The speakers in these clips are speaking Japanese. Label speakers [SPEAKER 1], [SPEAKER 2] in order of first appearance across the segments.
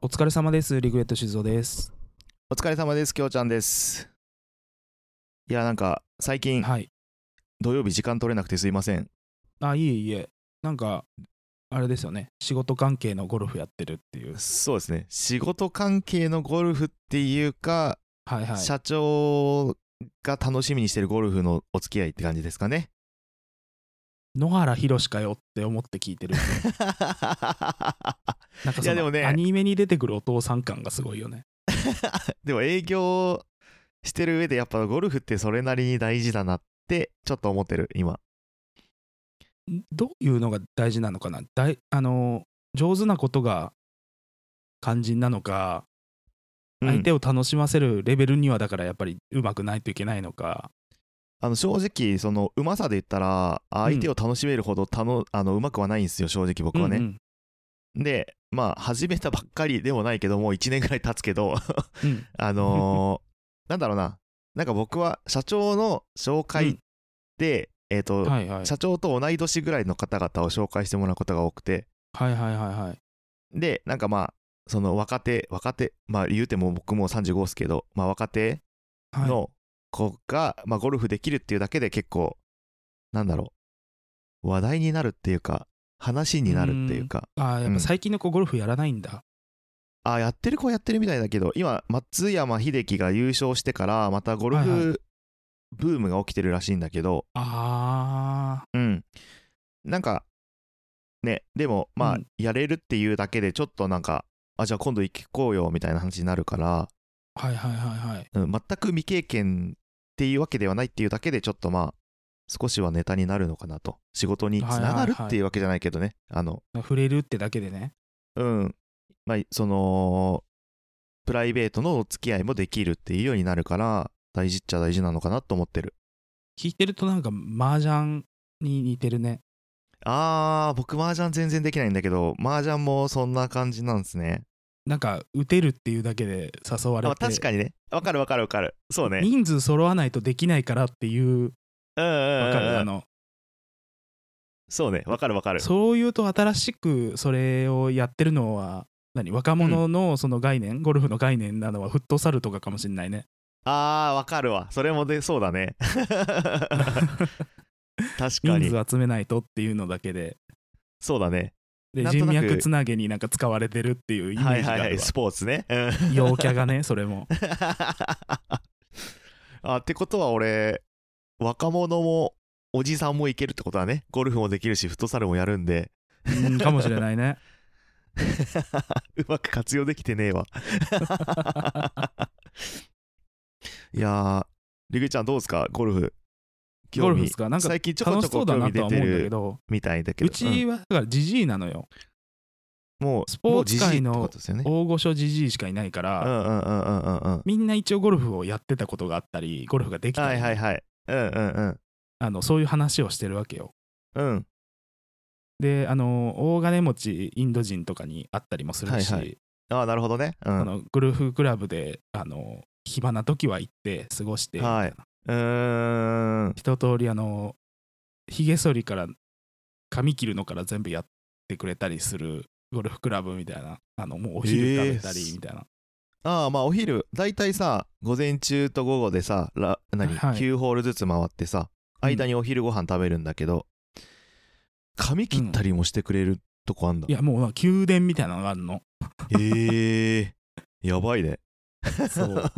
[SPEAKER 1] お疲れ様です。リグレット静雄です。
[SPEAKER 2] お疲れ様です、きょうちゃんです。いや、なんか、最近、
[SPEAKER 1] はい。
[SPEAKER 2] 土曜日時間取れなくてすいません。
[SPEAKER 1] あ、いえいえ。なんか、あれですよね。仕事関係のゴルフやってるっていう。
[SPEAKER 2] そうですね、仕事関係のゴルフっていうか、
[SPEAKER 1] はいはい。
[SPEAKER 2] 社長が楽しみにしてるゴルフのお付き合いって感じです かね。
[SPEAKER 1] 野原宏かよって思って聞いて る。なんかそ
[SPEAKER 2] いやでも
[SPEAKER 1] の、
[SPEAKER 2] ね
[SPEAKER 1] アニメに出てくるお父さん感がすごいよね。
[SPEAKER 2] でも、営業してる上で、やっぱゴルフってそれなりに大事だなって、ちょっと思ってる、今。
[SPEAKER 1] どういうのが大事なのかなだいあの上手なことが肝心なのか、
[SPEAKER 2] うん
[SPEAKER 1] 相手を楽しませるレベルにはだからやっぱり上手くないといけないのか
[SPEAKER 2] あの正直そのうまさで言ったらあ相手を楽しめるほどたの、あのうまくはないんですよ正直僕はね、
[SPEAKER 1] うんうん
[SPEAKER 2] でまあ始めたばっかりでもないけどもう1年ぐらい経つけど
[SPEAKER 1] うん
[SPEAKER 2] あの ーなんだろうななんか僕は社長の紹介で、えっ、と、
[SPEAKER 1] はいはい
[SPEAKER 2] 社長と同い年ぐらいの方々を紹介してもらうことが多くて
[SPEAKER 1] はいはいはいはい
[SPEAKER 2] でなんかまあその若手若手まあ言うても僕もう35ですけど、まあ、若手
[SPEAKER 1] はい
[SPEAKER 2] の子が、まあ、ゴルフできるっていうだけで結構なんだろう話題になるっていうか話になるっていうか
[SPEAKER 1] ああやっぱ最近の子ゴルフやらないんだ、
[SPEAKER 2] あやってる子はやってるみたいだけど今松山英樹が優勝してからまたゴル
[SPEAKER 1] はいは
[SPEAKER 2] フブームが起きてるらしいんだけど、
[SPEAKER 1] あ
[SPEAKER 2] うんなんかねでもまあ、
[SPEAKER 1] うん
[SPEAKER 2] やれるっていうだけでちょっとなんかあじゃあ今度行こうよみたいな話になるから、
[SPEAKER 1] あはいはいはいはい
[SPEAKER 2] うん、全く未経験っていうわけではないっていうだけでちょっとまあ少しはネタになるのかなと仕事につながるっていうわけじゃないけどね、あの
[SPEAKER 1] 触れるってだけでね
[SPEAKER 2] うん。まあ、その、プライベートのお付き合いもできるっていうようになるから、大事っちゃ大事なのかなと思ってる。
[SPEAKER 1] 聞いてるとなんか麻雀に似てるね
[SPEAKER 2] あー、僕、麻雀全然できないんだけど、麻雀もそんな感じなんですね。
[SPEAKER 1] なんか打てるっていうだけで誘われ
[SPEAKER 2] あ
[SPEAKER 1] て
[SPEAKER 2] 確かにね。わかるわかるわかる。そうね。
[SPEAKER 1] 人数揃わないとできないからっていう
[SPEAKER 2] うんうんうんうん
[SPEAKER 1] わかるあの
[SPEAKER 2] そうね。わかるわかる。
[SPEAKER 1] そういうと新しくそれをやってるのは何若者のその概念、ゴルフの概念なのはフットサルとかかもしれないね
[SPEAKER 2] あー、わかるわ。それもで、そう だね。確か
[SPEAKER 1] 人
[SPEAKER 2] に。
[SPEAKER 1] 数集めないとっていうのだけで
[SPEAKER 2] そうだね。
[SPEAKER 1] で
[SPEAKER 2] なんと
[SPEAKER 1] 人
[SPEAKER 2] なく
[SPEAKER 1] 脈つなげになんか使われてるっていうイメ
[SPEAKER 2] は
[SPEAKER 1] ー
[SPEAKER 2] い
[SPEAKER 1] ジがあ
[SPEAKER 2] は
[SPEAKER 1] るわ、
[SPEAKER 2] いはい。スポーツね。うん
[SPEAKER 1] 陽キャがねそれも
[SPEAKER 2] あってことは俺若者もおじさんもいけるってことだねゴルフもできるしフットサルもやるんで
[SPEAKER 1] うんかもしれないね
[SPEAKER 2] うまく活用できて ねえわいやーリグちゃんどうですかゴルフ
[SPEAKER 1] ゴ
[SPEAKER 2] 興味
[SPEAKER 1] ルフですかなんか
[SPEAKER 2] 最近ちょこ
[SPEAKER 1] 楽
[SPEAKER 2] ち
[SPEAKER 1] し
[SPEAKER 2] ょ
[SPEAKER 1] そ
[SPEAKER 2] こ
[SPEAKER 1] うだ
[SPEAKER 2] 興
[SPEAKER 1] な
[SPEAKER 2] 味
[SPEAKER 1] と
[SPEAKER 2] 出
[SPEAKER 1] は
[SPEAKER 2] て
[SPEAKER 1] 思うんだけ
[SPEAKER 2] る
[SPEAKER 1] ど
[SPEAKER 2] みたいだけど
[SPEAKER 1] うちはだからジジイなのよ
[SPEAKER 2] うんもう
[SPEAKER 1] スポーツ
[SPEAKER 2] もうじじい
[SPEAKER 1] 界の
[SPEAKER 2] ってことですよね
[SPEAKER 1] 大御所ジジイしかいないか
[SPEAKER 2] う
[SPEAKER 1] ら、
[SPEAKER 2] んうんうんうんうん うん
[SPEAKER 1] みんな一応ゴルフをやってたことがあったりゴルフができた
[SPEAKER 2] は
[SPEAKER 1] り、
[SPEAKER 2] いはいはいうんうんうん
[SPEAKER 1] あのそういう話をしてるわけよ
[SPEAKER 2] うん
[SPEAKER 1] であの大金持ちインド人とかに会ったりもするし、
[SPEAKER 2] はいはああなるほどねうん
[SPEAKER 1] あのゴルフクラブであの暇な時は行って過ごして、
[SPEAKER 2] はい
[SPEAKER 1] みたいな
[SPEAKER 2] うーん
[SPEAKER 1] 一通りあのひげ剃りから髪切るのから全部やってくれたりするゴルフクラブみたいなあのもうお昼食べたりみたいな、
[SPEAKER 2] ああまあお昼大体さ午前中と午後でさら何、
[SPEAKER 1] はい
[SPEAKER 2] 9ホールずつ回ってさ
[SPEAKER 1] うん
[SPEAKER 2] 間にお昼ご飯食べるんだけど、髪切ったりもしてくれるとこあんだ、
[SPEAKER 1] いやもう宮殿みたいなのがある の
[SPEAKER 2] へえやばい ね
[SPEAKER 1] そうだか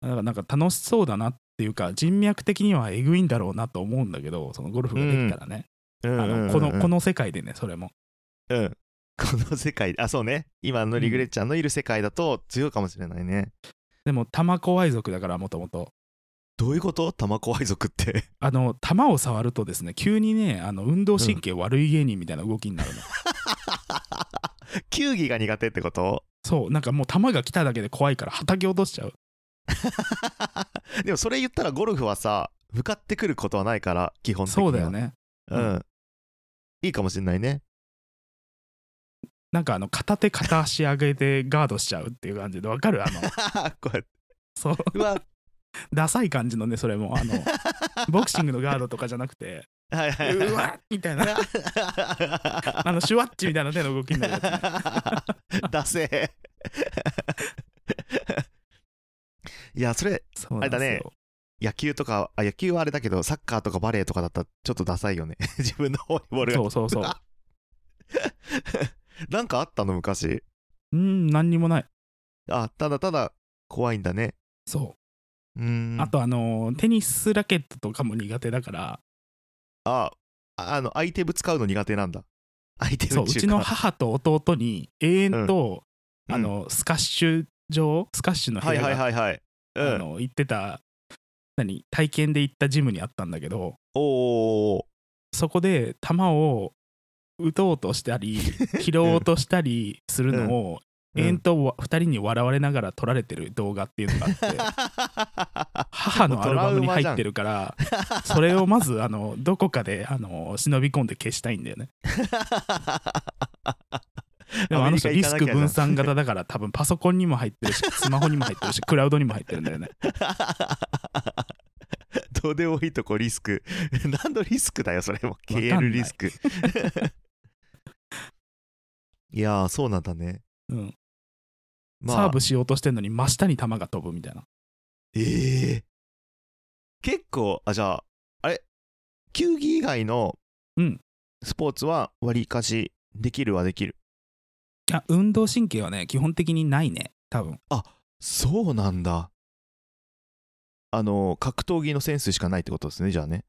[SPEAKER 1] らなんか楽しそうだなっていうか人脈的にはえぐいんだろうなと思うんだけどそのゴルフができたらね、
[SPEAKER 2] うんうん
[SPEAKER 1] あ
[SPEAKER 2] うん
[SPEAKER 1] の
[SPEAKER 2] うん
[SPEAKER 1] このこの世界でねそれも
[SPEAKER 2] うんこの世界あそうね今のリグレッちゃんのいる世界だと強いかもしれないね、
[SPEAKER 1] でも玉子愛族だからもともと
[SPEAKER 2] どういうことタマコ愛族って
[SPEAKER 1] あの玉を触るとですね急にねあの運動神経悪い芸人みたいな動きになるの、
[SPEAKER 2] 球技が苦手ってこと
[SPEAKER 1] そうなんかもう玉が来ただけで怖いから畑落としちゃう
[SPEAKER 2] でもそれ言ったらゴルフはさ向かってくることはないから基本的に
[SPEAKER 1] そ
[SPEAKER 2] は
[SPEAKER 1] うだよね
[SPEAKER 2] うんいいかもしれないね
[SPEAKER 1] なんかあの片手片足上げてガードしちゃうっていう感じでわかるあの
[SPEAKER 2] こうやって
[SPEAKER 1] そう
[SPEAKER 2] うわ
[SPEAKER 1] ダサい感じのねそれもあ のボクシングのガードとかじゃなくて
[SPEAKER 2] はいはいう
[SPEAKER 1] わっみたいなあのシュワッチみたいな手の動きになるやつね
[SPEAKER 2] ダセえ いやそれ
[SPEAKER 1] そう
[SPEAKER 2] あれだね
[SPEAKER 1] なんですよ
[SPEAKER 2] 野球とかあ野球はあれだけどサッカーとかバレーとかだったらちょっとダサいよね 自分の方にボールが
[SPEAKER 1] そうそうそう。
[SPEAKER 2] あ なんかあったの昔
[SPEAKER 1] うん、何にもない。
[SPEAKER 2] あただただ怖いんだね
[SPEAKER 1] そう
[SPEAKER 2] ー
[SPEAKER 1] う。
[SPEAKER 2] ん
[SPEAKER 1] あと、あのー、テニスラケットとかも苦手だから、
[SPEAKER 2] あああの相手ぶつかうの苦手なんだ相手
[SPEAKER 1] そう、
[SPEAKER 2] ぶ
[SPEAKER 1] う
[SPEAKER 2] つ
[SPEAKER 1] ちの母と弟に永遠と、あの、スカッシュ場、スカッシュの部
[SPEAKER 2] はい
[SPEAKER 1] 屋
[SPEAKER 2] はい
[SPEAKER 1] が、
[SPEAKER 2] はいはいうん
[SPEAKER 1] あの行ってた、何、体験で行ったジムにあったんだけど、
[SPEAKER 2] おー
[SPEAKER 1] そこで球を打とうとしたり、 拾おうとしたりするのを、
[SPEAKER 2] うん
[SPEAKER 1] 永遠と2人に笑われながら撮られてる動画っていうのがあ って。母のアルバムに入ってるからそれをまずあのどこかであの忍び込んで消したいんだよねでもあの人
[SPEAKER 2] アメリ
[SPEAKER 1] リ
[SPEAKER 2] カ
[SPEAKER 1] スク
[SPEAKER 2] 行かなきゃな
[SPEAKER 1] 分散型だから多分パソコンにも入ってる しスマホにも入ってるしクラウドにも入ってるんだよね
[SPEAKER 2] どうでもいいとこリスク 何のリスクだよそれも消えるリスク いやーそうなんだね
[SPEAKER 1] うん
[SPEAKER 2] まあ
[SPEAKER 1] サーブしようとしてるのに真下に球が飛ぶみたいな
[SPEAKER 2] ええ結構あじゃああれ球技以外の
[SPEAKER 1] うん
[SPEAKER 2] スポーツは割りかしできるはできる
[SPEAKER 1] あ運動神経はね基本的にないね多分
[SPEAKER 2] そうなんだあの格闘技のセンスしかないってことですねじゃあね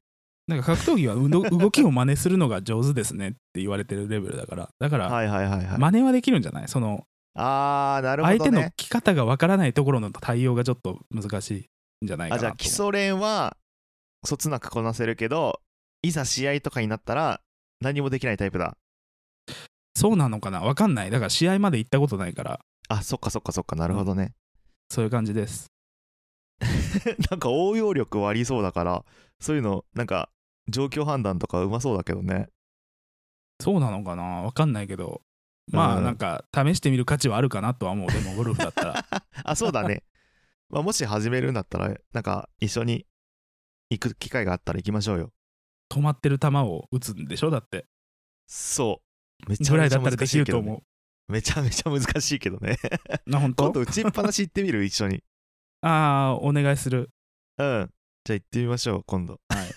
[SPEAKER 1] なんか格闘技は運 動動きを真似するのが上手ですねって言われてるレベルだからだから、
[SPEAKER 2] はいはいはいはい、
[SPEAKER 1] 真似はできるんじゃないその
[SPEAKER 2] あーなるほ
[SPEAKER 1] 相手
[SPEAKER 2] ど
[SPEAKER 1] の
[SPEAKER 2] ね
[SPEAKER 1] 聞き方がわからないところの対応がちょっと難しいんじゃないか
[SPEAKER 2] あ
[SPEAKER 1] な
[SPEAKER 2] じ
[SPEAKER 1] と
[SPEAKER 2] ゃ
[SPEAKER 1] 思
[SPEAKER 2] あ
[SPEAKER 1] う
[SPEAKER 2] 基礎練はそつなくこなせるけどいざ試合とかになったら何もできないタイプだ
[SPEAKER 1] そうなのかなわかんない。だから試合まで行ったことないから、
[SPEAKER 2] あそっかそっかそっかなるほどね、
[SPEAKER 1] そういう感じです。
[SPEAKER 2] なんか応用力はありそうだからそういうのなんか状況判断とかうまそうだけどね
[SPEAKER 1] そうなのかなわかんないけど、まあ
[SPEAKER 2] うん
[SPEAKER 1] なんか試してみる価値はあるかなとは思う。でもゴルフだった ら。
[SPEAKER 2] あそう だねまあもし始めるんだったらなんか一緒に行く機会があったら行きましょうよ
[SPEAKER 1] 止まってる球を打つんでしょだって。
[SPEAKER 2] そうめちゃ
[SPEAKER 1] ぐら
[SPEAKER 2] め
[SPEAKER 1] い
[SPEAKER 2] ち
[SPEAKER 1] だ
[SPEAKER 2] ゃ
[SPEAKER 1] ったら
[SPEAKER 2] 難
[SPEAKER 1] で
[SPEAKER 2] し
[SPEAKER 1] き
[SPEAKER 2] い
[SPEAKER 1] る
[SPEAKER 2] け
[SPEAKER 1] と
[SPEAKER 2] ど、
[SPEAKER 1] 思
[SPEAKER 2] ね、
[SPEAKER 1] う。
[SPEAKER 2] めちゃめちゃ難しいけどね
[SPEAKER 1] な、本
[SPEAKER 2] 今
[SPEAKER 1] 当
[SPEAKER 2] 度打ちっぱなし行ってみる一緒 に
[SPEAKER 1] ああ、お願いする。
[SPEAKER 2] うんじゃあ行ってみましょう今度
[SPEAKER 1] はい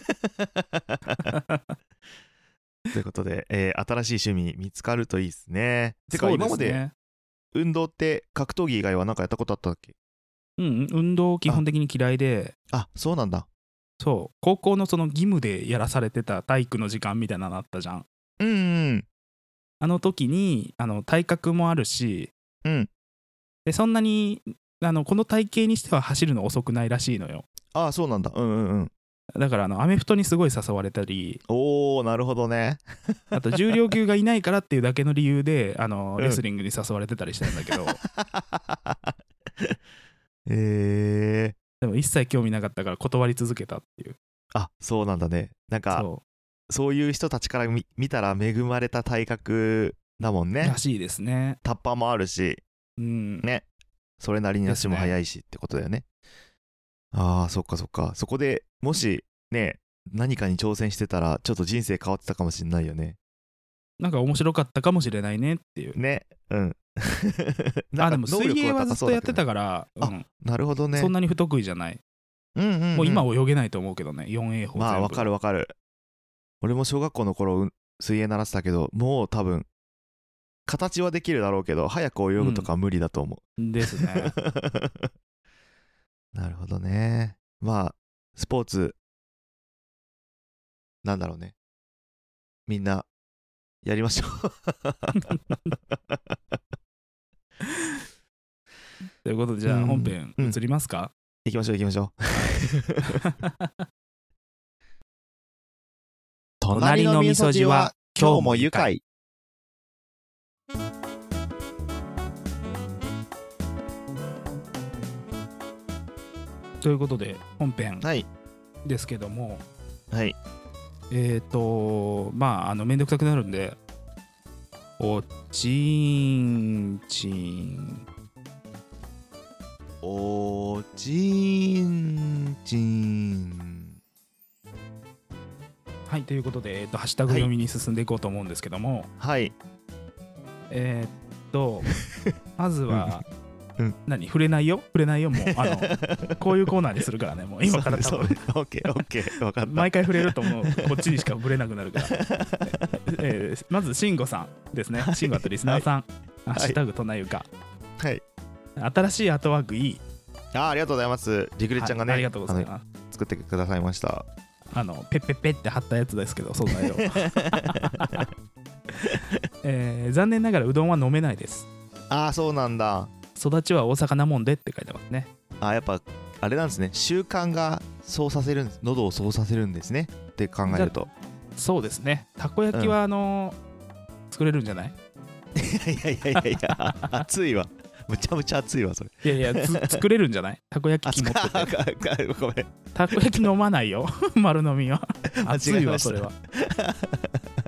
[SPEAKER 2] ということで、えー新しい趣味見つかるといいですねてか
[SPEAKER 1] そう
[SPEAKER 2] 今ます
[SPEAKER 1] ね
[SPEAKER 2] で運動って格闘技以外は何かやったことあったっけ
[SPEAKER 1] うんうん、運動基本的に嫌いで、
[SPEAKER 2] あそうなんだ
[SPEAKER 1] そう、高校のその義務でやらされてた体育の時間みたいなのあったじゃん。
[SPEAKER 2] うんうん
[SPEAKER 1] あの時に、あの体格もあるし、
[SPEAKER 2] うん
[SPEAKER 1] でそんなにあのこの体型にしては走るの遅くないらしいのよ
[SPEAKER 2] あそうなんだうんうんうん
[SPEAKER 1] だからあのアメフトにすごい誘われた り
[SPEAKER 2] おーなるほどね
[SPEAKER 1] あと重量級がいないからっていうだけの理由であの
[SPEAKER 2] うん
[SPEAKER 1] レスリングに誘われてたりしたんだけど、
[SPEAKER 2] えー、
[SPEAKER 1] でも一切興味なかったから断り続けたっていう
[SPEAKER 2] あそうなんだねなんかそう
[SPEAKER 1] そ
[SPEAKER 2] いう人たちから見見たら恵まれた体格だもん
[SPEAKER 1] う
[SPEAKER 2] ね
[SPEAKER 1] らしいですね
[SPEAKER 2] タッパーもあるし
[SPEAKER 1] うん、
[SPEAKER 2] ねそれなりに足も速いしってことだよねあーそっかそっかそこでもしね何かに挑戦してたらちょっと人生変わってたかもしんないよね
[SPEAKER 1] なんか面白かったかもしれないねっていう
[SPEAKER 2] ね うん
[SPEAKER 1] あでも水泳はずっとやってた
[SPEAKER 2] ら
[SPEAKER 1] から
[SPEAKER 2] あ
[SPEAKER 1] うん
[SPEAKER 2] なるほどね
[SPEAKER 1] そんなに不得意じゃない、
[SPEAKER 2] うんうんうん
[SPEAKER 1] もう今泳げないと思うけどね 4A 法
[SPEAKER 2] まあ
[SPEAKER 1] 全部
[SPEAKER 2] わかるわかる俺も小学校の頃うん水泳習ってたけどもう多分形はできるだろうけど早く泳ぐとか無理だと思う、
[SPEAKER 1] です ね
[SPEAKER 2] なるほどねまあスポーツなんだろうねみんなやりましょう
[SPEAKER 1] ということでじゃあ本編
[SPEAKER 2] うん
[SPEAKER 1] 移りますか、
[SPEAKER 2] 行きましょう行きましょう
[SPEAKER 1] 隣の味噌汁は今日も愉快ということで本編
[SPEAKER 2] はい
[SPEAKER 1] ですけども
[SPEAKER 2] はい
[SPEAKER 1] えっ、とまああのめんどくさくなるんでおちんちん
[SPEAKER 2] おーちーんちーん
[SPEAKER 1] はいということで、えー、とハッシュタグ
[SPEAKER 2] はい
[SPEAKER 1] 読みに進んでいこうと思うんですけども、
[SPEAKER 2] はい
[SPEAKER 1] えっ、とまずは、
[SPEAKER 2] うん
[SPEAKER 1] 何触れないよ触れないよもうあの こういうコーナーにするからねもう今から多
[SPEAKER 2] そう
[SPEAKER 1] 分
[SPEAKER 2] ねそうねオッ ケーオッケー分かった
[SPEAKER 1] 毎回触れるともうこっちにしか触れなくなるから、えーまず慎吾さんですね慎吾とリスナーさん「ハッシュタグとなゆか」
[SPEAKER 2] はい
[SPEAKER 1] 新しいアートワークいい
[SPEAKER 2] あーありがとうございますリクレちゃんがね、
[SPEAKER 1] はいありがとうございます
[SPEAKER 2] あの作ってくださいました
[SPEAKER 1] あのペッペッペッって貼ったやつですけど素材 を、えー残念ながらうどんは飲めないです
[SPEAKER 2] ああそうなんだ
[SPEAKER 1] 育ちは大阪なもんでって書いてますね
[SPEAKER 2] あーやっぱあれなんですね習慣がそうさせるんです喉をそうさせるんですねって考えると
[SPEAKER 1] そうですねたこ焼きはあのー作れるんじゃない
[SPEAKER 2] いやいやいやいやいや熱いわむちゃむちゃ熱いわそれ
[SPEAKER 1] いやいや つ作れるんじゃないたこ焼
[SPEAKER 2] あ
[SPEAKER 1] き器
[SPEAKER 2] そ
[SPEAKER 1] 持
[SPEAKER 2] っ
[SPEAKER 1] って
[SPEAKER 2] か
[SPEAKER 1] て
[SPEAKER 2] かかごめん
[SPEAKER 1] たこ焼き飲まないよ 丸飲みは
[SPEAKER 2] 間違えました
[SPEAKER 1] 熱いわそれは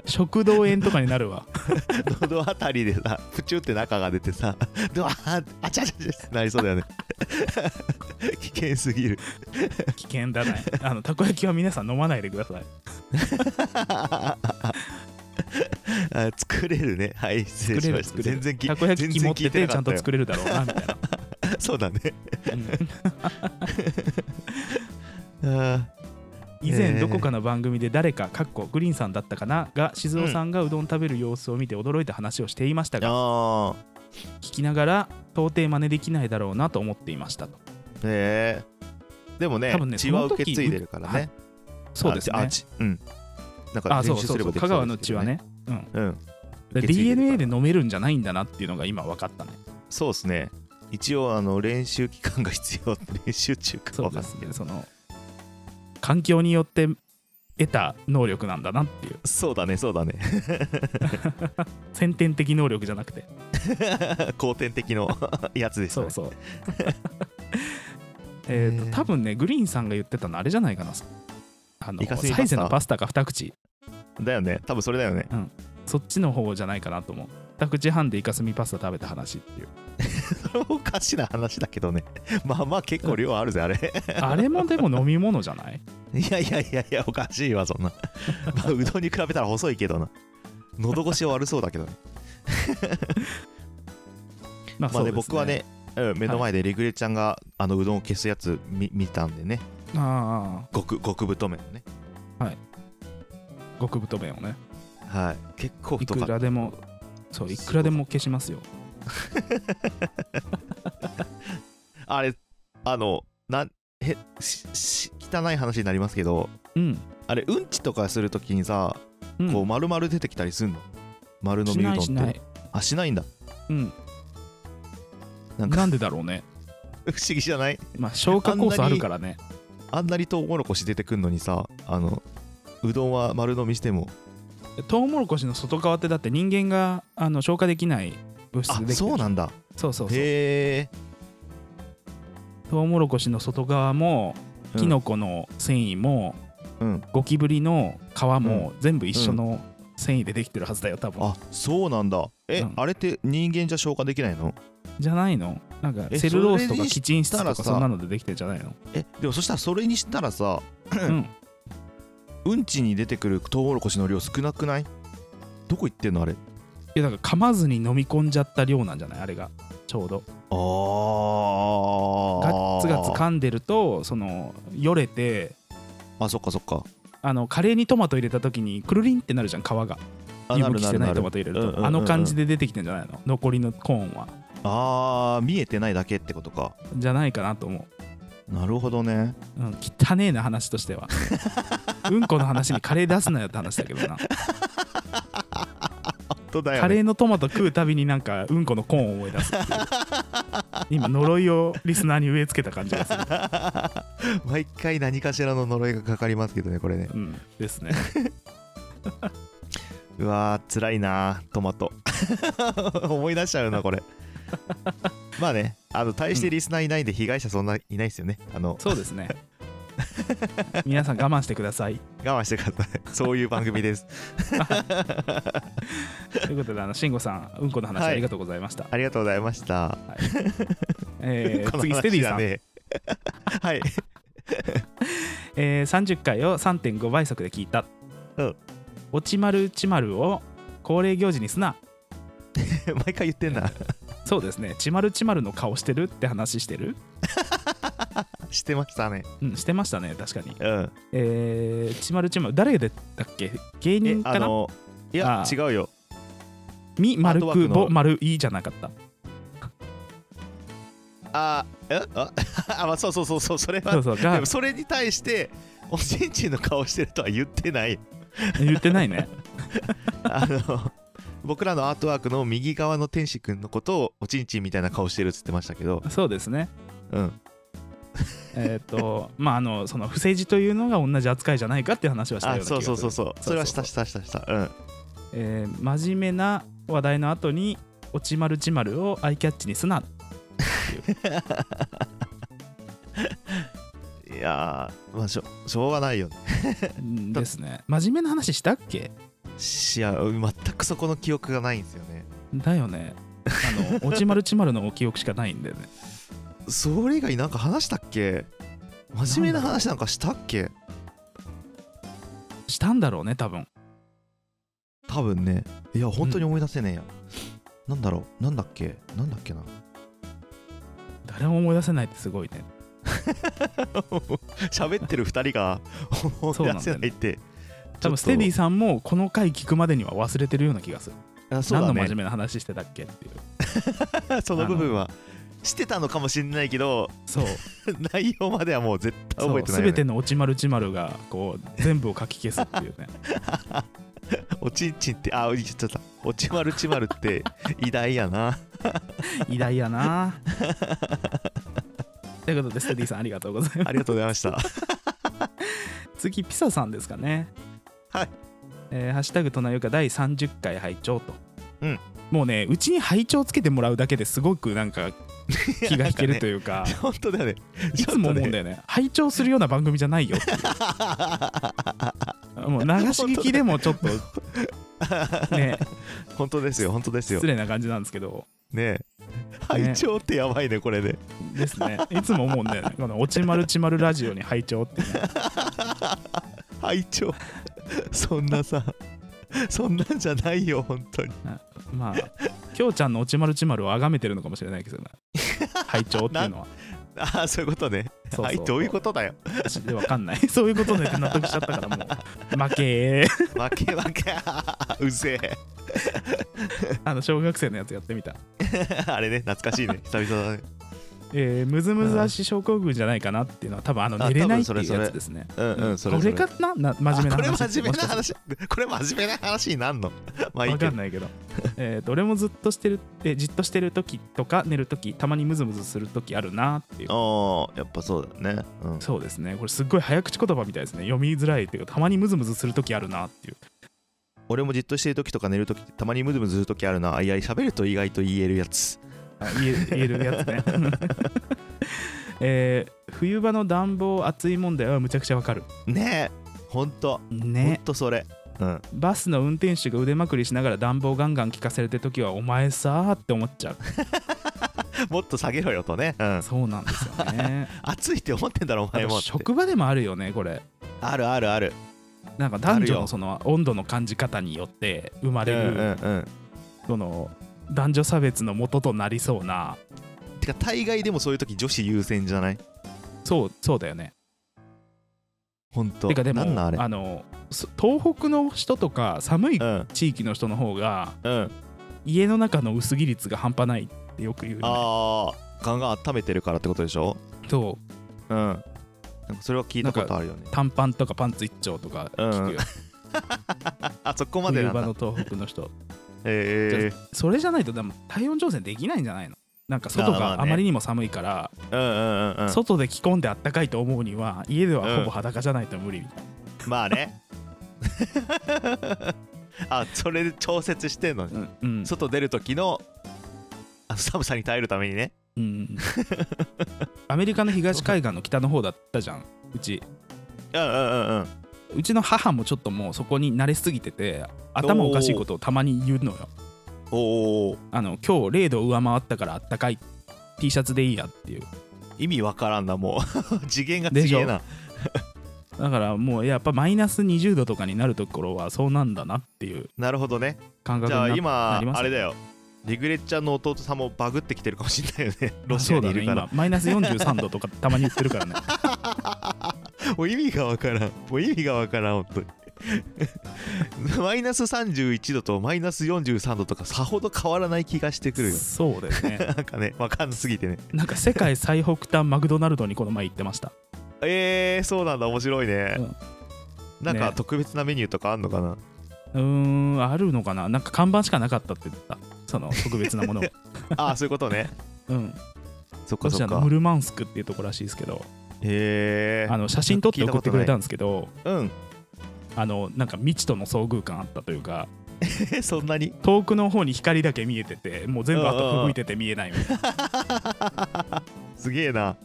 [SPEAKER 1] 食道炎とかになるわ
[SPEAKER 2] 喉あたりでさプチュって中が出てさドワーンあちゃちゃちゃってなりそうだよね危険すぎ る
[SPEAKER 1] 危険だねあのたこ焼きは皆さん飲まないでください
[SPEAKER 2] あ作れるねはい失
[SPEAKER 1] 作
[SPEAKER 2] 礼し
[SPEAKER 1] れ
[SPEAKER 2] ま
[SPEAKER 1] る
[SPEAKER 2] した
[SPEAKER 1] 作れ
[SPEAKER 2] 全
[SPEAKER 1] る
[SPEAKER 2] 然き
[SPEAKER 1] たこ焼き器持っててちゃんと作
[SPEAKER 2] る
[SPEAKER 1] れるだろうなみたいな、
[SPEAKER 2] そうだね
[SPEAKER 1] うん
[SPEAKER 2] あ
[SPEAKER 1] 以前どこかの番組で誰か、かっこグリーンさんだったかなが静雄さんがうどん食べる様子を見て驚いた話をしていました
[SPEAKER 2] ー
[SPEAKER 1] が、
[SPEAKER 2] あー
[SPEAKER 1] 聞きながら到底真似できないだろうなと思っていましたと
[SPEAKER 2] へえでもね
[SPEAKER 1] 多分ね
[SPEAKER 2] 血は
[SPEAKER 1] その時
[SPEAKER 2] 受け継いでるから
[SPEAKER 1] は
[SPEAKER 2] ね
[SPEAKER 1] いそうです
[SPEAKER 2] あ
[SPEAKER 1] ね
[SPEAKER 2] 血うんなんか
[SPEAKER 1] あ
[SPEAKER 2] 練
[SPEAKER 1] そう
[SPEAKER 2] 習
[SPEAKER 1] そ
[SPEAKER 2] す
[SPEAKER 1] う
[SPEAKER 2] れ
[SPEAKER 1] そ
[SPEAKER 2] ば
[SPEAKER 1] う
[SPEAKER 2] で
[SPEAKER 1] 香
[SPEAKER 2] きそう
[SPEAKER 1] 川
[SPEAKER 2] で
[SPEAKER 1] の
[SPEAKER 2] すけ
[SPEAKER 1] 血
[SPEAKER 2] ど
[SPEAKER 1] はねうん
[SPEAKER 2] うん
[SPEAKER 1] で
[SPEAKER 2] 受け継いでるから
[SPEAKER 1] DNA で飲めるんじゃないんだなっていうのが今分かったね
[SPEAKER 2] そうですね一応あの練習期間が必要練習中か
[SPEAKER 1] そう
[SPEAKER 2] 分か
[SPEAKER 1] で
[SPEAKER 2] んない
[SPEAKER 1] すねその環境によって得た能力なんだなっていう
[SPEAKER 2] そうだねそうだね
[SPEAKER 1] 先天的能力じゃなくて
[SPEAKER 2] 後天 的のやつでした
[SPEAKER 1] そ
[SPEAKER 2] ね
[SPEAKER 1] う そうえっ
[SPEAKER 2] へ
[SPEAKER 1] と
[SPEAKER 2] ー
[SPEAKER 1] 多分ねグリーンさんが言ってたのあれじゃないかなあの
[SPEAKER 2] イカスミ
[SPEAKER 1] サイゼのパ
[SPEAKER 2] パ
[SPEAKER 1] スタか二口
[SPEAKER 2] だよね多分それだよね
[SPEAKER 1] そっちの方じゃないかなと思う二口半でイカスミパスタ食べた話っていう
[SPEAKER 2] それもおかしな話だけどね まあまあ結構量あるぜあれ
[SPEAKER 1] あれもでも飲み物じゃない
[SPEAKER 2] いやいやいやいやおかしいわそんな、 まあ、うどんに比べたら細いけどな喉越しは悪そうだけどね
[SPEAKER 1] まあ
[SPEAKER 2] ま
[SPEAKER 1] そ
[SPEAKER 2] あね
[SPEAKER 1] うです
[SPEAKER 2] 僕はね、うん、目の前でリグレちゃんが、あのうどんを消すやつ見見たんでね
[SPEAKER 1] あ
[SPEAKER 2] 極極太麺のね
[SPEAKER 1] あ極太麺をね
[SPEAKER 2] はい結構
[SPEAKER 1] い
[SPEAKER 2] 太
[SPEAKER 1] く
[SPEAKER 2] かった
[SPEAKER 1] らでもそういくらでも消しますよ
[SPEAKER 2] あれあのなんへしし汚い話になりますけど
[SPEAKER 1] うん、
[SPEAKER 2] あれうんちとかするときにさ、
[SPEAKER 1] うん、
[SPEAKER 2] こう丸々出てきたりすんの丸飲
[SPEAKER 1] し
[SPEAKER 2] みうどん
[SPEAKER 1] な
[SPEAKER 2] っ
[SPEAKER 1] い
[SPEAKER 2] て
[SPEAKER 1] しない、
[SPEAKER 2] あしないんだ
[SPEAKER 1] うん、
[SPEAKER 2] なんか
[SPEAKER 1] なんでだろうね
[SPEAKER 2] 不思議じゃない
[SPEAKER 1] まあ消化酵素あるからね
[SPEAKER 2] あんなにトウモロコシ出てくんのにさあのうどんは丸飲みしても
[SPEAKER 1] トウモロコシの外側ってだって人間があの消化できない物質
[SPEAKER 2] あ
[SPEAKER 1] でできてる
[SPEAKER 2] そうなんだ
[SPEAKER 1] そうそうそう
[SPEAKER 2] へえ
[SPEAKER 1] トウモロコシの外側も
[SPEAKER 2] うん
[SPEAKER 1] キノコの繊維も、
[SPEAKER 2] うん
[SPEAKER 1] ゴキブリの皮も全部一緒の繊維でできてるはずだよ多分、
[SPEAKER 2] あそうなんだえ、
[SPEAKER 1] うん
[SPEAKER 2] あれって人間じゃ消化できないの
[SPEAKER 1] じゃないのなんか
[SPEAKER 2] え
[SPEAKER 1] セルロースと
[SPEAKER 2] それ
[SPEAKER 1] か
[SPEAKER 2] に
[SPEAKER 1] キチン質
[SPEAKER 2] し
[SPEAKER 1] と
[SPEAKER 2] たら
[SPEAKER 1] か
[SPEAKER 2] さ
[SPEAKER 1] そんなのでできてんじゃないの
[SPEAKER 2] えでもそしたらそれにしたらさ
[SPEAKER 1] うん
[SPEAKER 2] うんちに出てくるトウモロコシの量少なくないどこ行ってんのあれ
[SPEAKER 1] いやだから噛まずに飲み込んじゃった量なんじゃないあれがちょうど
[SPEAKER 2] あ
[SPEAKER 1] ガ
[SPEAKER 2] ー
[SPEAKER 1] ッツガツ噛んでるとそのよれて
[SPEAKER 2] あそっかそっか
[SPEAKER 1] あのカレーにトマト入れた時にくるりんってなるじゃん皮が
[SPEAKER 2] あ
[SPEAKER 1] 湯
[SPEAKER 2] な
[SPEAKER 1] む
[SPEAKER 2] る
[SPEAKER 1] き
[SPEAKER 2] な
[SPEAKER 1] して
[SPEAKER 2] る
[SPEAKER 1] な
[SPEAKER 2] ないる
[SPEAKER 1] トマト入れる
[SPEAKER 2] うんうんうん
[SPEAKER 1] と
[SPEAKER 2] うん
[SPEAKER 1] あの感じで出てきてんじゃないの残りのコーンは
[SPEAKER 2] あー見えてないだけってことか
[SPEAKER 1] じゃないかなと思
[SPEAKER 2] なるほどね
[SPEAKER 1] う、うん、汚ねえな話として はうんこの話にカレー出すなよって話だけどな
[SPEAKER 2] とだ
[SPEAKER 1] カレーのトマト食うたびになんかうんこのコーンを思い出すっていう今呪いをリスナーに植え付けた感じがする、
[SPEAKER 2] 毎回何かしらの呪いがかかりますけどねこれね
[SPEAKER 1] うん、ですね
[SPEAKER 2] うわー辛いなートマト 思い出しちゃうなこれまあねあの対してリスナーいないんで被害者そんないないですよねあの
[SPEAKER 1] そうですね皆さん我慢してください
[SPEAKER 2] 我慢してください そういう番 組です
[SPEAKER 1] ということであの慎吾さんうんこの話
[SPEAKER 2] はい
[SPEAKER 1] ありがとうございました、
[SPEAKER 2] ありがとうございました
[SPEAKER 1] えー
[SPEAKER 2] この
[SPEAKER 1] 次
[SPEAKER 2] 話
[SPEAKER 1] ステディさん
[SPEAKER 2] だ、ね はい
[SPEAKER 1] えー30回を3.5倍速で聞いた、
[SPEAKER 2] うん
[SPEAKER 1] おちまるちまるを恒例行事にすな
[SPEAKER 2] 毎回言ってんな
[SPEAKER 1] そうですねちまるちまるの顔してるって話してる、
[SPEAKER 2] してましたね。
[SPEAKER 1] うん、してましたね確かに
[SPEAKER 2] うん。
[SPEAKER 1] えー、ちまるちまる誰でだっけ芸
[SPEAKER 2] え
[SPEAKER 1] 人、か
[SPEAKER 2] あ
[SPEAKER 1] な
[SPEAKER 2] の、い
[SPEAKER 1] あ、
[SPEAKER 2] や違うよ。
[SPEAKER 1] み丸
[SPEAKER 2] アートワー
[SPEAKER 1] く
[SPEAKER 2] クの
[SPEAKER 1] ぼ丸いじゃなかった
[SPEAKER 2] あー、えあ あ、まあそうそうそうそう、それ
[SPEAKER 1] そ
[SPEAKER 2] は
[SPEAKER 1] う。そう
[SPEAKER 2] で
[SPEAKER 1] が
[SPEAKER 2] もそれに対して、おちんちんの顔してるとは言っ てない。
[SPEAKER 1] 言ってない ね
[SPEAKER 2] あの、僕らのアートワークの右側の天使くんのことをおちんちんみたいな顔してるっつってましたけど、
[SPEAKER 1] そうですね
[SPEAKER 2] うん。
[SPEAKER 1] えっ、とまああのその不正事というのが同じ扱いじゃないかっていう話はしたよう
[SPEAKER 2] あ、
[SPEAKER 1] な気が
[SPEAKER 2] そ
[SPEAKER 1] す
[SPEAKER 2] うそ
[SPEAKER 1] る
[SPEAKER 2] うそうそう。それはしたしたしたした。うん。
[SPEAKER 1] えー真面目な話題の後に「おちまるちまる」をアイキャッチにすなっていう
[SPEAKER 2] いやー、まあしょ、しょうがないよね。
[SPEAKER 1] うんです ね真面目な話したっけ
[SPEAKER 2] しいや、全くそこの記憶がないんですよね。
[SPEAKER 1] だよねあの「おちまるちまる」の記憶しかないんだよね
[SPEAKER 2] それ以外なんか話したっけ真面目な話なんかしたっけ
[SPEAKER 1] したんだろうね多分
[SPEAKER 2] 多分ねいや本当に思い出せねえや、なんだろうなんだっけなんだっけな
[SPEAKER 1] 誰も思い出せないってすごいね
[SPEAKER 2] 喋ってる2人が思い出せないって
[SPEAKER 1] 多分ステディさんもこの回聞くまでには忘れてるような気がする、
[SPEAKER 2] あそう
[SPEAKER 1] 何の真
[SPEAKER 2] だ
[SPEAKER 1] 面
[SPEAKER 2] ね
[SPEAKER 1] 目な話してたっけっていう
[SPEAKER 2] その部分はしてたのかもしれないけど
[SPEAKER 1] そう
[SPEAKER 2] 内容まではもう絶対覚えて
[SPEAKER 1] そう
[SPEAKER 2] ない、ね、
[SPEAKER 1] 全ての「おちまるちまる」がこう全部を書き消すって いうね
[SPEAKER 2] おちんちんってあ言っちゃったおちまるちまるって偉大やな
[SPEAKER 1] 偉大やな ということでステディさんありがとうございます
[SPEAKER 2] ありがとうございました
[SPEAKER 1] 次ピサさんですかね
[SPEAKER 2] はい
[SPEAKER 1] えーハッシュタグとなゆか第30回拝聴と」
[SPEAKER 2] うん
[SPEAKER 1] もうねうちに拝聴つけてもらうだけですごくなんか気が引けると
[SPEAKER 2] いう
[SPEAKER 1] いう か
[SPEAKER 2] 本当だよね
[SPEAKER 1] いつも思うんだよ
[SPEAKER 2] よ
[SPEAKER 1] ね拝聴するような番組じゃないよもう流し聞きでもちょっ とね
[SPEAKER 2] 本当ですよ本当ですよ
[SPEAKER 1] 失礼な感じなんですけど
[SPEAKER 2] ねえ拝聴ってやばいねこれね
[SPEAKER 1] ですねいつも思うんだよねこの「おちまるちまるラジオ」に拝聴ってね
[SPEAKER 2] 拝聴そんなさそんなんじゃないよ本当に
[SPEAKER 1] まあきょうちゃんの「おちまるちまる」をあがめてるのかもしれないけどね拝聴っていう のは
[SPEAKER 2] ああそういうことね
[SPEAKER 1] そうそう
[SPEAKER 2] はいどういうことだよ
[SPEAKER 1] 私でわかんない そういうことねって納得しちゃったからもう負けー
[SPEAKER 2] 負け負け うぜ
[SPEAKER 1] あの小学生のやつやってみた
[SPEAKER 2] えあれね懐かしいね久々だね
[SPEAKER 1] えー、むずむず足症候群じゃないかなっていうのは多分あの
[SPEAKER 2] あ
[SPEAKER 1] 寝れないっ
[SPEAKER 2] 多分
[SPEAKER 1] てい
[SPEAKER 2] それ
[SPEAKER 1] う
[SPEAKER 2] それ
[SPEAKER 1] やつですね
[SPEAKER 2] うんうんそれ
[SPEAKER 1] こ
[SPEAKER 2] そ
[SPEAKER 1] れ
[SPEAKER 2] れ
[SPEAKER 1] かなな真面目な
[SPEAKER 2] あこれ
[SPEAKER 1] 話
[SPEAKER 2] 真面目な
[SPEAKER 1] もしか
[SPEAKER 2] 話これ真面目な話になんのま
[SPEAKER 1] してわ
[SPEAKER 2] あいいけ
[SPEAKER 1] か
[SPEAKER 2] ど
[SPEAKER 1] んないけ ど、えー、と俺もずっとしてるってじっとしてる時とか寝る時たまにムズムズする時あるなっていう
[SPEAKER 2] ああやっぱそうだねうん
[SPEAKER 1] そうですねこれすっごい早口言葉みたいですね読みづらいっていうかたまにムズムズする時あるなっていう
[SPEAKER 2] 俺もじっとしてる時とか寝る時たまにムズムズする時あるなあいや喋ると意外と言えるやつ
[SPEAKER 1] あ言え言えるやつ ね、えー冬場の暖房暑い問題はむちゃくちゃわかる
[SPEAKER 2] ねえほんとほん
[SPEAKER 1] ね
[SPEAKER 2] とそれうん
[SPEAKER 1] バスの運転手が腕まくりしながら暖房ガンガン効かされてる時はお前さーって思っ ちゃう
[SPEAKER 2] もっと下げろよとね、うん、
[SPEAKER 1] そうなんですよ ね
[SPEAKER 2] 暑いって思ってんだろお
[SPEAKER 1] あ
[SPEAKER 2] 前も
[SPEAKER 1] と
[SPEAKER 2] って
[SPEAKER 1] 職場でもあるよねこれ
[SPEAKER 2] あるあるある
[SPEAKER 1] なんか
[SPEAKER 2] あ
[SPEAKER 1] 男
[SPEAKER 2] る
[SPEAKER 1] 女
[SPEAKER 2] よ
[SPEAKER 1] のその温度の感じ方によって生ま
[SPEAKER 2] うん
[SPEAKER 1] れ
[SPEAKER 2] う
[SPEAKER 1] る、
[SPEAKER 2] んうん
[SPEAKER 1] その男女差別の元となりそうな
[SPEAKER 2] てか大概でもそういう時女子優先じゃない
[SPEAKER 1] そうそうだよね
[SPEAKER 2] ほんと
[SPEAKER 1] てかでも
[SPEAKER 2] なんなんあれ
[SPEAKER 1] あのそ東北の人とか寒い
[SPEAKER 2] うん
[SPEAKER 1] 地域の人の方が
[SPEAKER 2] うん
[SPEAKER 1] 家の中の薄着率が半端ないってよく言う、ね、
[SPEAKER 2] あーガンガン温めてるからってことでしょ
[SPEAKER 1] そう
[SPEAKER 2] うんなんかそれは聞いたことあるよね
[SPEAKER 1] 短パンとかパンツ一丁とか聞くよ、
[SPEAKER 2] あそこまで
[SPEAKER 1] 冬
[SPEAKER 2] なん
[SPEAKER 1] 場
[SPEAKER 2] だ
[SPEAKER 1] の東北の人
[SPEAKER 2] え
[SPEAKER 1] それじゃないとでも体温調整できないんじゃないのなんか外
[SPEAKER 2] あーまあ
[SPEAKER 1] が
[SPEAKER 2] ね
[SPEAKER 1] あまりにも寒いから、
[SPEAKER 2] えうんうんうんうん
[SPEAKER 1] 外で着込んであったかいと思うには家ではほぼ裸じゃないと無理みたいな、
[SPEAKER 2] まあね あそれで調節してんのね
[SPEAKER 1] うんうん
[SPEAKER 2] 外出る時のあ寒さに耐えるためにね
[SPEAKER 1] うんアメリカの東海岸の北の方だったじゃんうち
[SPEAKER 2] うんうんうんうん
[SPEAKER 1] うちの母もちょっともうそこに慣れすぎてて頭おかしいことをたまに言うのよ
[SPEAKER 2] おお
[SPEAKER 1] あの今日0度上回ったからあったかい T シャツでいいやっていう
[SPEAKER 2] 意味わからんなもう 次元が
[SPEAKER 1] でしょ
[SPEAKER 2] 違えな
[SPEAKER 1] だからもうやっぱマイナス20度とかになるところはそうなんだなっていう
[SPEAKER 2] なるほどね
[SPEAKER 1] 感覚に
[SPEAKER 2] じゃ
[SPEAKER 1] な
[SPEAKER 2] あ
[SPEAKER 1] な
[SPEAKER 2] 今
[SPEAKER 1] ります
[SPEAKER 2] あれだよリグレッチャーの弟さんもバグってきてるかもしれないよね ロ
[SPEAKER 1] あ
[SPEAKER 2] シ
[SPEAKER 1] そ
[SPEAKER 2] ア
[SPEAKER 1] う
[SPEAKER 2] に
[SPEAKER 1] だ
[SPEAKER 2] い
[SPEAKER 1] ね
[SPEAKER 2] るから、
[SPEAKER 1] 今マイナス43度とかたまに言ってる からね
[SPEAKER 2] もう意味がわからんもう意味がわからん本当に マイナス31度とマイナス43度とかさほど変わらない気がしてくるよ
[SPEAKER 1] そうだよね
[SPEAKER 2] なんかねわかんなすぎてね
[SPEAKER 1] なんか世界最北端マクドナルドにこの前行ってました
[SPEAKER 2] えー、そうなんだ面白いね、
[SPEAKER 1] うん
[SPEAKER 2] なんか
[SPEAKER 1] ね
[SPEAKER 2] 特別なメニューとかあんのかな、
[SPEAKER 1] うーんあるのかななんか看板しかなかったって言ってたその特別な もの
[SPEAKER 2] ああそういうことね
[SPEAKER 1] うん
[SPEAKER 2] そっか
[SPEAKER 1] ロシ
[SPEAKER 2] そ
[SPEAKER 1] ア
[SPEAKER 2] っ
[SPEAKER 1] の
[SPEAKER 2] か
[SPEAKER 1] ムルマンスクっていうところらしいですけど
[SPEAKER 2] へえ
[SPEAKER 1] あの写真撮って送ってくれたんですけど
[SPEAKER 2] うん
[SPEAKER 1] あのなんか未知との遭遇感あったというか
[SPEAKER 2] えそんなに
[SPEAKER 1] 遠くの方に光だけ見えててもう全部あと吹雪いてて見えないみたいな
[SPEAKER 2] すげえな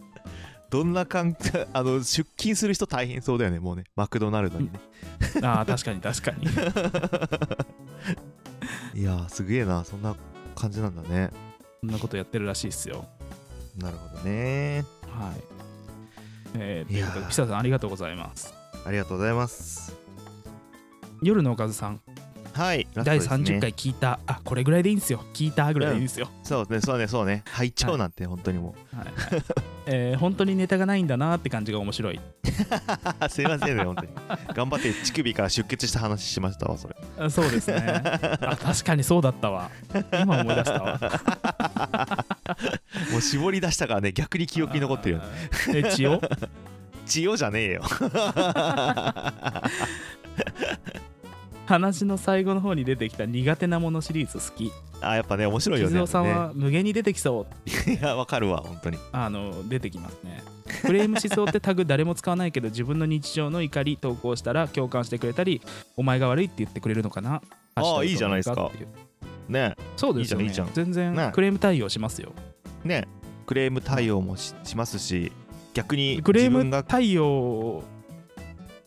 [SPEAKER 2] どんな感じ あの出勤する人大変そうだよねもうねマクドナルドにね、
[SPEAKER 1] あー確かに確かに
[SPEAKER 2] いやーすげえなそんな感じなんだね
[SPEAKER 1] そんなことやってるらしいっすよ
[SPEAKER 2] なるほどね
[SPEAKER 1] はいえー、と
[SPEAKER 2] い
[SPEAKER 1] いう
[SPEAKER 2] や
[SPEAKER 1] こと
[SPEAKER 2] ー
[SPEAKER 1] でピサさんありがとうございます
[SPEAKER 2] ありがとうございます
[SPEAKER 1] 夜のおかずさん、
[SPEAKER 2] はいラスト
[SPEAKER 1] 第
[SPEAKER 2] ですね
[SPEAKER 1] 30回聞いたあこれぐらいでいいんですよ聞いたぐらいでいいんですよ、
[SPEAKER 2] そうねそうねそうね入っちゃうなんて本当にも
[SPEAKER 1] はいはいえー本当にネタがないんだなって感じが面白いう
[SPEAKER 2] すいませんね本当に頑張って乳首から出血した話しましたわそれ
[SPEAKER 1] あそうですねあ確かにそうだったわ今思い出したわ
[SPEAKER 2] もう絞り出したからね逆に記憶に残ってるよね
[SPEAKER 1] あーえ血を
[SPEAKER 2] 千代じゃねえよ
[SPEAKER 1] 話の最後の方に出てきた苦手なものシリーズ好き
[SPEAKER 2] あやっぱね面白いよ
[SPEAKER 1] 静
[SPEAKER 2] ね
[SPEAKER 1] 雄さんは無限に出てきそう
[SPEAKER 2] いやわかるわ本当に
[SPEAKER 1] あの出てきますね。フレーム思想ってタグ誰も使わないけど自分の日常の怒り投稿したら共感してくれたりお前が悪いって言ってくれるのかな
[SPEAKER 2] あー
[SPEAKER 1] 明日
[SPEAKER 2] いいじゃないですか
[SPEAKER 1] っていう
[SPEAKER 2] ね
[SPEAKER 1] そうですよ、ね、
[SPEAKER 2] いいじゃんいい
[SPEAKER 1] 全
[SPEAKER 2] ね
[SPEAKER 1] 然クレーム対応しますよ、
[SPEAKER 2] ねクレーム対応もししますし逆に
[SPEAKER 1] クレー
[SPEAKER 2] 自分
[SPEAKER 1] ム
[SPEAKER 2] が
[SPEAKER 1] 対応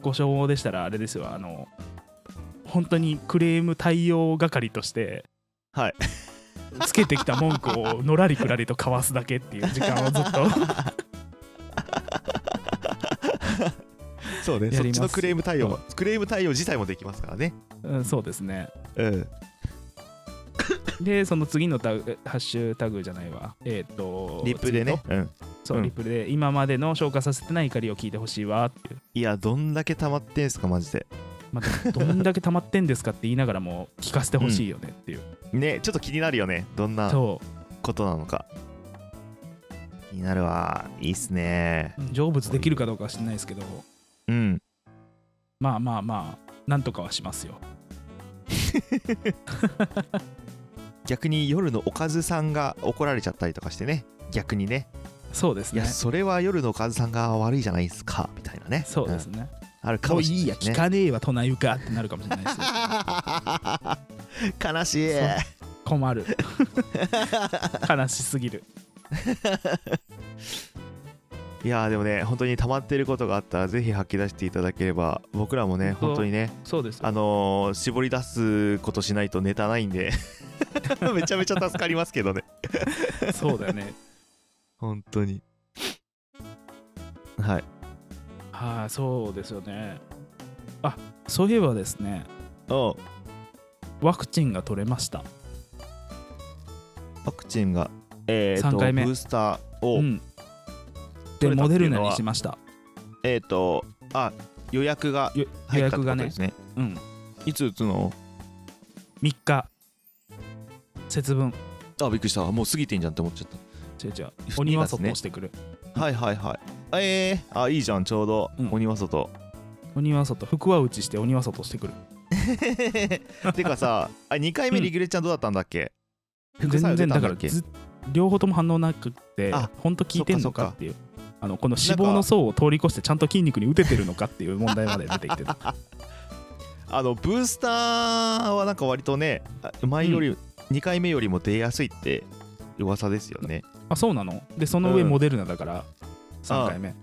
[SPEAKER 1] ご所望でしたらあれですよあの本当にクレーム対応係として
[SPEAKER 2] はい
[SPEAKER 1] つけてきた文句をのらりくらりとかわすだけっていう時間をずっと
[SPEAKER 2] そうね
[SPEAKER 1] や
[SPEAKER 2] そ
[SPEAKER 1] ります
[SPEAKER 2] っちのクレーム対応もクレーム対応自体もできますからね
[SPEAKER 1] うんそうですね
[SPEAKER 2] うん
[SPEAKER 1] でその次のタグハッシュタグじゃないわえっ、と
[SPEAKER 2] リップで
[SPEAKER 1] ツイ
[SPEAKER 2] ね
[SPEAKER 1] ート
[SPEAKER 2] うん
[SPEAKER 1] そう、
[SPEAKER 2] うん
[SPEAKER 1] リップで今までの消化させてない怒りを聞いてほしいわっていう、
[SPEAKER 2] いやどんだけ溜まってんすかマジで
[SPEAKER 1] まあ、どんだけ溜まってんですかって言いながらも聞かせてほしいよねっていう、
[SPEAKER 2] ねちょっと気になるよねどんな
[SPEAKER 1] そう
[SPEAKER 2] ことなのか気になるわいいっすね
[SPEAKER 1] 成仏できるかどうかは知らないですけど
[SPEAKER 2] うん
[SPEAKER 1] まあまあまあなんとかはしますよ
[SPEAKER 2] 逆に夜のおかずさんが怒られちゃったりとかしてね逆にね
[SPEAKER 1] そうです
[SPEAKER 2] いや
[SPEAKER 1] ね
[SPEAKER 2] それは夜のおかずさんが悪いじゃないですかみたいなね
[SPEAKER 1] そうです、ね、
[SPEAKER 2] うんある
[SPEAKER 1] もう
[SPEAKER 2] かも
[SPEAKER 1] い
[SPEAKER 2] しれない
[SPEAKER 1] いや
[SPEAKER 2] しね
[SPEAKER 1] 聞かねえわ隣ゆかってなるかもしれないですよ
[SPEAKER 2] 悲しい
[SPEAKER 1] そう困 る悲しすぎる
[SPEAKER 2] いやーでもね本当に溜まってることがあったらぜひ吐き出していただければ僕らもね
[SPEAKER 1] 本当
[SPEAKER 2] 本当にね
[SPEAKER 1] そうですよ
[SPEAKER 2] あのー絞り出すことしないとネタないんで めちゃめちゃ助かりますけどね
[SPEAKER 1] そうだよね
[SPEAKER 2] 本当にはい
[SPEAKER 1] はい、そうですよねあそういえばですね
[SPEAKER 2] おう
[SPEAKER 1] ワクチンが取れました。
[SPEAKER 2] ワクチンがえー、と
[SPEAKER 1] 三回目
[SPEAKER 2] ブースターを、
[SPEAKER 1] うん、で、
[SPEAKER 2] 取れたっ
[SPEAKER 1] モ
[SPEAKER 2] て
[SPEAKER 1] デ
[SPEAKER 2] い
[SPEAKER 1] ル
[SPEAKER 2] うのは
[SPEAKER 1] ナにしました。
[SPEAKER 2] えっ、とあ予約が
[SPEAKER 1] よ予
[SPEAKER 2] 入ったって
[SPEAKER 1] 約
[SPEAKER 2] こ
[SPEAKER 1] が
[SPEAKER 2] と
[SPEAKER 1] ね
[SPEAKER 2] で、すね
[SPEAKER 1] うん、
[SPEAKER 2] いつ打つの
[SPEAKER 1] 3日、節分、
[SPEAKER 2] あびっくりしたもう過ぎてんじゃんって思っちゃっ
[SPEAKER 1] 違う違う、
[SPEAKER 2] 月
[SPEAKER 1] 鬼は外をしてくる。
[SPEAKER 2] たはいはいはいえー、あいいじゃんちょうど、
[SPEAKER 1] うん
[SPEAKER 2] 鬼は 外
[SPEAKER 1] 鬼は外、服は内して鬼は外してくる。
[SPEAKER 2] てかさあ2回目
[SPEAKER 1] うん
[SPEAKER 2] リグレちゃんどうだったんだっけ、副作
[SPEAKER 1] 全
[SPEAKER 2] 用出
[SPEAKER 1] 然
[SPEAKER 2] た
[SPEAKER 1] だ
[SPEAKER 2] ん
[SPEAKER 1] か
[SPEAKER 2] だ
[SPEAKER 1] ら
[SPEAKER 2] っけ
[SPEAKER 1] ず両方とも反応なくって
[SPEAKER 2] あ、
[SPEAKER 1] 本当効いてんの
[SPEAKER 2] そっ
[SPEAKER 1] か
[SPEAKER 2] かそっか
[SPEAKER 1] っていう。あのこの脂肪の層を通り越してちゃんと筋肉に打ててるのかっていう問題まで出てきてた
[SPEAKER 2] あのブースターはなんか割とねあ前より、2回目よりも出やすいって噂ですよね
[SPEAKER 1] あそうなのでその上
[SPEAKER 2] うん
[SPEAKER 1] モデルナだから3回目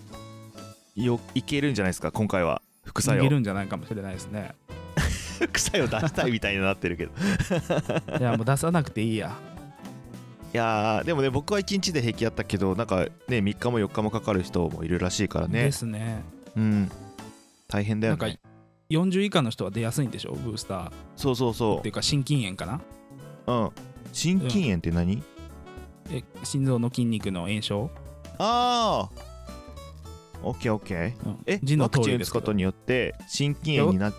[SPEAKER 2] よいけるんじゃないですか今回は副作
[SPEAKER 1] いけ
[SPEAKER 2] 用
[SPEAKER 1] るんじゃないかもしれないです ね
[SPEAKER 2] 副作用出したいみたいになってるけどい
[SPEAKER 1] いやもう出さなくていいや
[SPEAKER 2] やーでもね僕は1日で平気だったけどなんかね3日も4日もかかる人もいるらしいからね
[SPEAKER 1] ですね
[SPEAKER 2] うん大変だよ
[SPEAKER 1] なんか
[SPEAKER 2] ね
[SPEAKER 1] 40以下の人は出やすいんでしょブースター
[SPEAKER 2] そうそう
[SPEAKER 1] っ
[SPEAKER 2] そ
[SPEAKER 1] ていうか心筋炎かな
[SPEAKER 2] ううん心筋炎って何、
[SPEAKER 1] え心臓の筋肉の炎症、
[SPEAKER 2] ああオッケーオッケー
[SPEAKER 1] うん
[SPEAKER 2] え
[SPEAKER 1] 字の
[SPEAKER 2] ワク
[SPEAKER 1] 通
[SPEAKER 2] チン
[SPEAKER 1] り
[SPEAKER 2] 打
[SPEAKER 1] で
[SPEAKER 2] つ
[SPEAKER 1] す
[SPEAKER 2] こ
[SPEAKER 1] け
[SPEAKER 2] と
[SPEAKER 1] ど
[SPEAKER 2] によって心筋炎になっ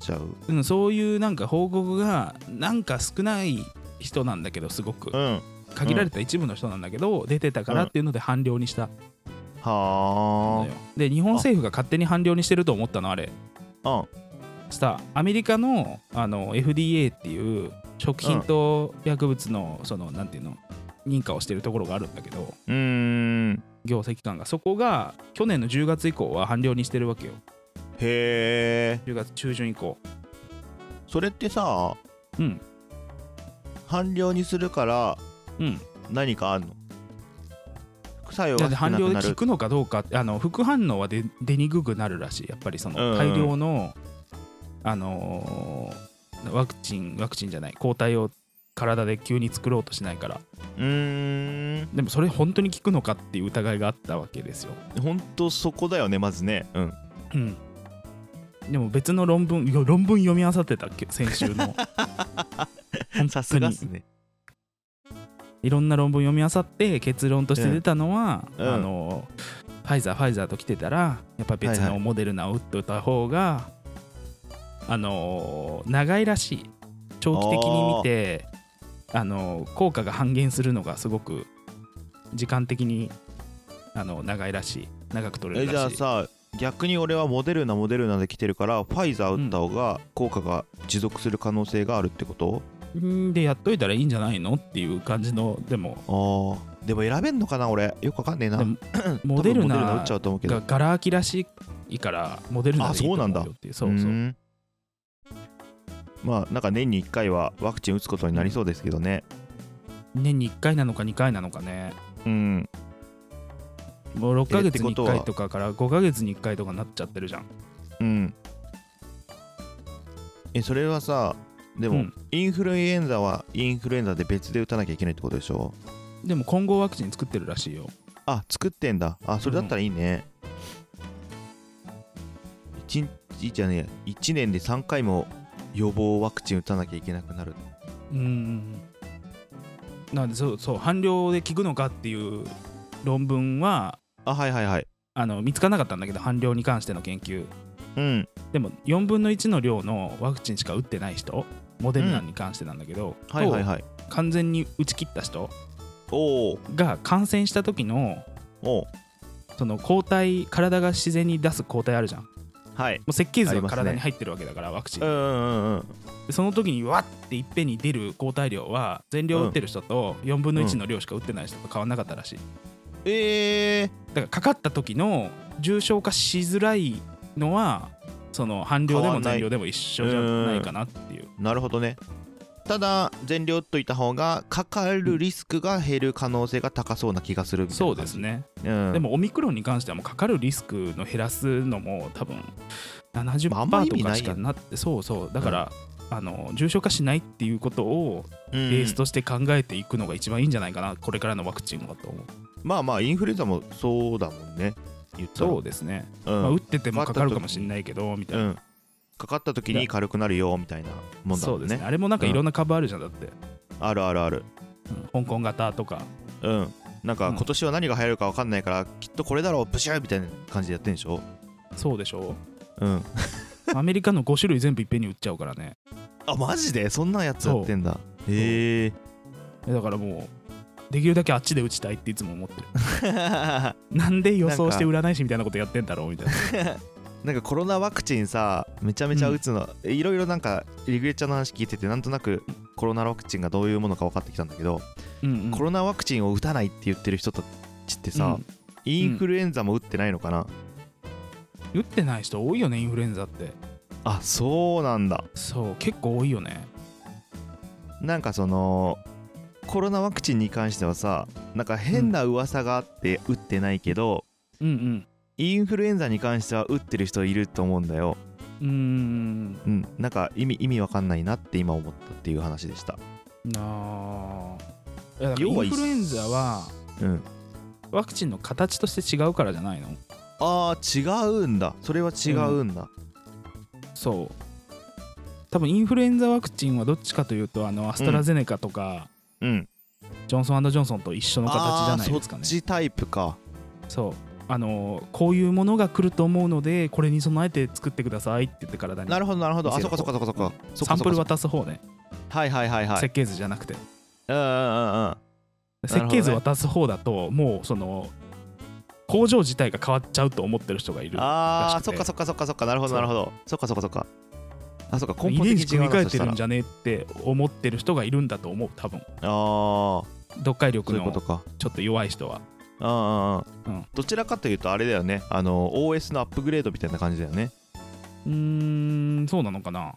[SPEAKER 2] ちゃう
[SPEAKER 1] うん、そういうなんか報告がなんか少ない人なんだけどすごく
[SPEAKER 2] うん
[SPEAKER 1] 限られた一部の人なんだけど、出てたからっていうので半量にしたの
[SPEAKER 2] は
[SPEAKER 1] よで日本政府が勝手に半量にしてると思ったのあれ
[SPEAKER 2] あうん
[SPEAKER 1] さアメリカのあの FDA っていう食品と薬物のそのなんていうの認可をしてるところがあるんだけど
[SPEAKER 2] うーん
[SPEAKER 1] 行政機関がそこが去年の10月以降は半量にしてるわけよ
[SPEAKER 2] へえ
[SPEAKER 1] 10月中旬以降
[SPEAKER 2] それってさ
[SPEAKER 1] うん
[SPEAKER 2] 半量にするから
[SPEAKER 1] うん
[SPEAKER 2] 何かあんの副作用
[SPEAKER 1] だっ
[SPEAKER 2] が
[SPEAKER 1] て
[SPEAKER 2] 少
[SPEAKER 1] 半
[SPEAKER 2] なく
[SPEAKER 1] 量で
[SPEAKER 2] な
[SPEAKER 1] 効
[SPEAKER 2] る
[SPEAKER 1] くのかどうかってあの副反応は出出にくくなるらしいやっぱりそ
[SPEAKER 2] うんう
[SPEAKER 1] の
[SPEAKER 2] ん
[SPEAKER 1] 大量の、あのーワクチンワクチンじゃない抗体を体で急に作ろうとしないから
[SPEAKER 2] うーん
[SPEAKER 1] でもそれ本当に効くのかっていう疑いがあったわけですよ、
[SPEAKER 2] ほんとそこだよねまずねうん
[SPEAKER 1] うん、でも別の論文いや論文読み漁ってたっけ先週 の本
[SPEAKER 2] さ
[SPEAKER 1] 当
[SPEAKER 2] すがっ
[SPEAKER 1] に
[SPEAKER 2] すね
[SPEAKER 1] いろんな論文読み漁って結論として出たのは、
[SPEAKER 2] うん
[SPEAKER 1] あのファイザーファイザーと来てたらやっぱ別
[SPEAKER 2] はいは
[SPEAKER 1] の
[SPEAKER 2] い
[SPEAKER 1] モデルナを打っておいた方が、あの長いらしい長期的に見てあの効果が半減するのがすごく時間的にあの長いらしい長く取れ
[SPEAKER 2] え
[SPEAKER 1] る
[SPEAKER 2] じゃ
[SPEAKER 1] ら
[SPEAKER 2] あ
[SPEAKER 1] しい
[SPEAKER 2] さ逆に俺はモデルナモデルナで来てるからファイザー打った方が効果が持続する可能性があるってこと、
[SPEAKER 1] んでやっといたらいいんじゃないのっていう感じのでも
[SPEAKER 2] ああでも選べんのかな俺よくわかんねえな
[SPEAKER 1] でもモ
[SPEAKER 2] モ
[SPEAKER 1] デル
[SPEAKER 2] モデルナ打
[SPEAKER 1] ナ
[SPEAKER 2] っちゃうと思うけど
[SPEAKER 1] がガラ空きらしいからモデルナでいいと思うよっていうそうそう
[SPEAKER 2] ーんまあなんか年に1回はワクチン打つことになりそうですけどね
[SPEAKER 1] 年に1回なのか2回なのかね
[SPEAKER 2] うん
[SPEAKER 1] もう6ヶ月に1
[SPEAKER 2] えってこと
[SPEAKER 1] 回
[SPEAKER 2] は
[SPEAKER 1] とかから5ヶ月に1回とかになっちゃってるじゃん
[SPEAKER 2] うんえそれはさでも、
[SPEAKER 1] うん
[SPEAKER 2] インフルエンザはインフルエンザで別で打たなきゃいけないってことでしょ
[SPEAKER 1] でも混合ワクチン作ってるらしいよ
[SPEAKER 2] あ作ってんだあそれだったらいいね、一日じゃねえ1年で3回も予防ワクチン打たなきゃいけなくなる
[SPEAKER 1] うんなんでそうそう半量で効くのかっていう論文は
[SPEAKER 2] あはいはいはい
[SPEAKER 1] あの見つからなかったんだけど半量に関しての研究
[SPEAKER 2] うん
[SPEAKER 1] でも4分の1の量のワクチンしか打ってない人モデルナに関してなんだけど、
[SPEAKER 2] はいはいはい
[SPEAKER 1] と完全に打ち切った人
[SPEAKER 2] おー
[SPEAKER 1] が感染した時の
[SPEAKER 2] おー
[SPEAKER 1] その抗体体が自然に出す抗体あるじゃんも
[SPEAKER 2] はいう
[SPEAKER 1] 設計図
[SPEAKER 2] あり
[SPEAKER 1] が
[SPEAKER 2] ますね
[SPEAKER 1] 体に入ってるわけだから、ワクチン
[SPEAKER 2] うんうんうん
[SPEAKER 1] でその時にわっていっぺんに出る抗体量は全量打ってる人と4分の1の量しか打ってない人と変わんなかったらしい
[SPEAKER 2] ええ
[SPEAKER 1] だからかかった時の重症化しづらいのはその半量で
[SPEAKER 2] 変わ
[SPEAKER 1] も
[SPEAKER 2] んない
[SPEAKER 1] 全量でも一緒じゃないかなっていう
[SPEAKER 2] なるほどねただ全量打っといた方がかかるリスクが減る可能性が高そうな気がするみたいな
[SPEAKER 1] そうですね
[SPEAKER 2] 感じ、うん、
[SPEAKER 1] でもオミクロンに関してはもうかかるリスクの減らすのも多分
[SPEAKER 2] まああんま意
[SPEAKER 1] 70%
[SPEAKER 2] 味
[SPEAKER 1] と
[SPEAKER 2] な
[SPEAKER 1] か
[SPEAKER 2] い
[SPEAKER 1] し
[SPEAKER 2] よ
[SPEAKER 1] かなってそうそうだから、あの重症化しないっていうことを
[SPEAKER 2] うん
[SPEAKER 1] ベースとして考えていくのが一番いいんじゃないかなこれからのワクチンはと思う
[SPEAKER 2] まあまあインフルエンザもそうだもんね言ったら
[SPEAKER 1] そうですね
[SPEAKER 2] うん
[SPEAKER 1] まあ、打っててもかかるかもしれないけどみたいな、
[SPEAKER 2] うん、かかった時に軽くなるよみたいなもんだ
[SPEAKER 1] そ
[SPEAKER 2] も
[SPEAKER 1] うんで
[SPEAKER 2] ね
[SPEAKER 1] すねあれもなんかいろんな株あるじゃんだって、
[SPEAKER 2] あるあるある
[SPEAKER 1] うん香港型とか
[SPEAKER 2] うんなんか
[SPEAKER 1] うん
[SPEAKER 2] 今年は何が流行るか分かんないから、きっとこれだろうブシューみたいな感じでやってんでしょ
[SPEAKER 1] そうでしょ
[SPEAKER 2] うん
[SPEAKER 1] うアメリカの5種類全部いっぺんに売っちゃうからね
[SPEAKER 2] あマジでそんなやつやってんだへえ
[SPEAKER 1] だからもうできるだけあっちで打ちたいっていつも思 ってるなんで予想して占い師みたいなことやってんだろうみたいな
[SPEAKER 2] なんかコロナワクチンさめちゃめちゃ打つの、いろいろなんかリグレッチャーの話聞いててなんとなくコロナワクチンがどういうものか分かってきたんだけど、
[SPEAKER 1] うんうん
[SPEAKER 2] コロナワクチンを打たないって言ってる人たちってさ、
[SPEAKER 1] うん
[SPEAKER 2] インフルエンザも打ってないのかな、
[SPEAKER 1] 打ってない人多いよねインフルエンザって
[SPEAKER 2] あそうなんだ
[SPEAKER 1] そう結構多いよね
[SPEAKER 2] なんかそのコロナワクチンに関してはさなんか変な噂があって打ってないけど、
[SPEAKER 1] うん
[SPEAKER 2] インフルエンザに関しては打ってる人いると思うんだよ、
[SPEAKER 1] うんうーん
[SPEAKER 2] うん、なんか意味意味わかんないなって今思ったっていう話でした
[SPEAKER 1] なあいやだから
[SPEAKER 2] 要
[SPEAKER 1] イ
[SPEAKER 2] は
[SPEAKER 1] ンフルエンザは
[SPEAKER 2] うん
[SPEAKER 1] ワクチンの形として違うからじゃないの
[SPEAKER 2] あー違うんだそれは違うんだ、
[SPEAKER 1] そう多分インフルエンザワクチンはどっちかというとあのアストラゼネカとか、
[SPEAKER 2] うん
[SPEAKER 1] ジョンソンジョンソンと一緒の形じゃないですか
[SPEAKER 2] あーそっ
[SPEAKER 1] ね
[SPEAKER 2] ちタイプか
[SPEAKER 1] そうあのこういうものが来ると思うのでこれに備えて作ってくださいって言って体に
[SPEAKER 2] なるほどなるほどあ
[SPEAKER 1] 店
[SPEAKER 2] そ
[SPEAKER 1] の
[SPEAKER 2] っか
[SPEAKER 1] 方
[SPEAKER 2] そっかそっかそっかそ
[SPEAKER 1] サ
[SPEAKER 2] っか
[SPEAKER 1] ン
[SPEAKER 2] そ
[SPEAKER 1] プ
[SPEAKER 2] っか
[SPEAKER 1] ル
[SPEAKER 2] そっか
[SPEAKER 1] 渡す方ね、
[SPEAKER 2] はいはいはいはい
[SPEAKER 1] 設計図じゃなくて
[SPEAKER 2] うんうんうんうんほど
[SPEAKER 1] 設
[SPEAKER 2] ね
[SPEAKER 1] 計図渡す方だともうその工場自体が変わっちゃうと思ってる人がいる
[SPEAKER 2] あ
[SPEAKER 1] ら
[SPEAKER 2] あ
[SPEAKER 1] しく
[SPEAKER 2] そってかそっかそっかそっかなるほど
[SPEAKER 1] そう
[SPEAKER 2] なるほどそっかそっかそっかあそっか根
[SPEAKER 1] 遺
[SPEAKER 2] 本的
[SPEAKER 1] 伝
[SPEAKER 2] に
[SPEAKER 1] 子
[SPEAKER 2] 違
[SPEAKER 1] 組み換え
[SPEAKER 2] うなそしてた
[SPEAKER 1] る
[SPEAKER 2] ら
[SPEAKER 1] んじゃねえって思ってる人がいるんだと思う多分
[SPEAKER 2] ああ
[SPEAKER 1] 読解力
[SPEAKER 2] そういう
[SPEAKER 1] の
[SPEAKER 2] ことか
[SPEAKER 1] ちょっと弱い人は
[SPEAKER 2] うんうんう
[SPEAKER 1] うん
[SPEAKER 2] んどちらかというとあれだよねあの OS のアップグレードみたいな感じだよね
[SPEAKER 1] うーんそうなのかな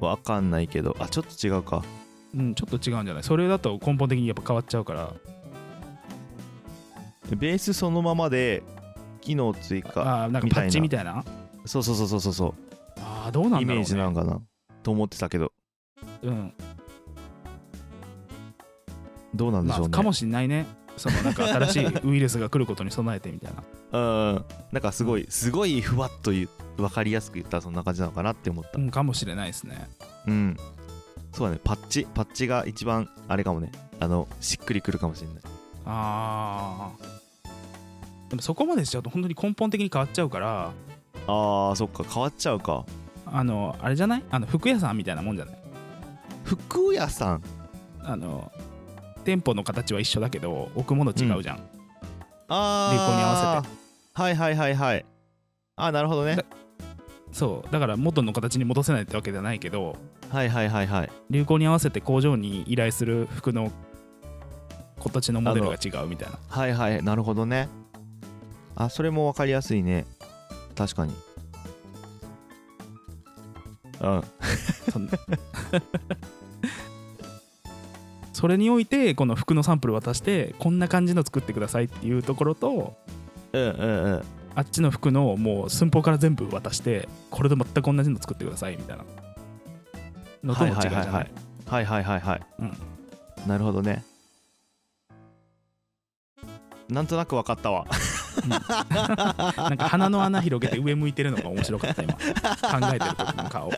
[SPEAKER 2] わかんないけどあちょっと違うか
[SPEAKER 1] うんちょっと違うんじゃないそれだと根本的にやっぱ変わっちゃうから
[SPEAKER 2] ベースそのままで機能追加
[SPEAKER 1] あーなんかパッチみたいな
[SPEAKER 2] そうそうそうそうそうそ
[SPEAKER 1] あーどうな
[SPEAKER 2] うん
[SPEAKER 1] だろう、
[SPEAKER 2] イメ
[SPEAKER 1] ね、
[SPEAKER 2] ージなんかなと思ってたけど
[SPEAKER 1] うん
[SPEAKER 2] どうなんで
[SPEAKER 1] ま
[SPEAKER 2] しょう
[SPEAKER 1] あ
[SPEAKER 2] ね
[SPEAKER 1] かもしんないねそのなんか新しいウイルスが来ることに備えてみたいな
[SPEAKER 2] うんうんなんかすごいすごいふわっと言うわかりやすく言ったらそんな感じなのかなって思った
[SPEAKER 1] うんかもしれないですね
[SPEAKER 2] うん。そうだね、パッチ、パッチが一番あれかもね、あの、しっくりくるかもしれない。
[SPEAKER 1] あーでもそこまでしちゃうと本当に根本的に変わっちゃうから
[SPEAKER 2] あー、そっか、変わっちゃうか。
[SPEAKER 1] あのあれじゃないあの服屋さんみたいなもんじゃない
[SPEAKER 2] 服屋さん。
[SPEAKER 1] あの店舗の形は一緒だけど置くもの違うじゃん、
[SPEAKER 2] あー。
[SPEAKER 1] 流行に合わせ
[SPEAKER 2] て。はいはいはいはい。あー、なるほどね
[SPEAKER 1] だ。そうだから元の形に戻せないってわけじゃないけど
[SPEAKER 2] はいはいはいはい。
[SPEAKER 1] 流行に合わせて工場に依頼する服の形のモデルが違うみたいな
[SPEAKER 2] はいはい、なるほどね。あ、それもわかりやすいね。確かに。うん。
[SPEAKER 1] そん それにおいてこの服のサンプル渡してこんな感じの作ってくださいっていうところと
[SPEAKER 2] うんうんうん。
[SPEAKER 1] あっちの服のもう寸法から全部渡してこれと全く同じの作ってくださいみたいなのとも違うじゃない,、
[SPEAKER 2] はいはいはいはいはいはいはい、
[SPEAKER 1] うん
[SPEAKER 2] なるほどねなんとなくわかったわ
[SPEAKER 1] なんか鼻の穴広げて上向いてるのが面白かった今考えてる時の 顔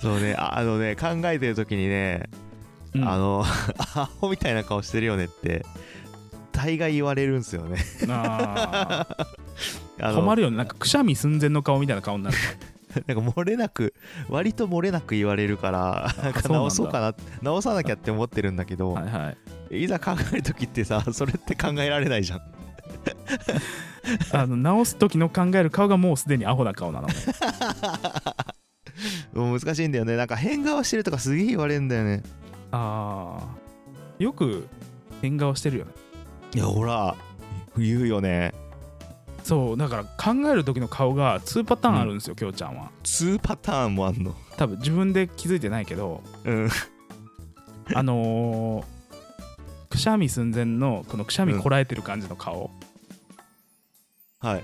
[SPEAKER 2] そうね ああのね考えてる時にね、
[SPEAKER 1] うん
[SPEAKER 2] あの アホみたいな顔してるよねって大概言われるんすよね
[SPEAKER 1] あ
[SPEAKER 2] あ
[SPEAKER 1] ー
[SPEAKER 2] の
[SPEAKER 1] 困るよねなんかくしゃみ寸前の顔みたいな顔になる
[SPEAKER 2] なんか漏れなく割と漏れなく言われるからなんか
[SPEAKER 1] そうなんだ
[SPEAKER 2] 直そうかな直さなきゃって思ってるんだけど、
[SPEAKER 1] はいはい
[SPEAKER 2] いざ考える時ってさそれって考えられないじゃん
[SPEAKER 1] あの直す時の考える顔がもうすでにアホな顔なのね
[SPEAKER 2] もう難しいんだよねなんか変顔してるとかすげえ言われるんだよね
[SPEAKER 1] ああよく変顔してるよね
[SPEAKER 2] いやほら言うよね
[SPEAKER 1] そうだから考える時の顔が2パターンあるんですよきょうちゃんは
[SPEAKER 2] 2パターンもあんの
[SPEAKER 1] 多分自分で気づいてないけど
[SPEAKER 2] うん
[SPEAKER 1] あのーくしゃみ寸前のこのくしゃみこらえてる感じの顔、
[SPEAKER 2] はい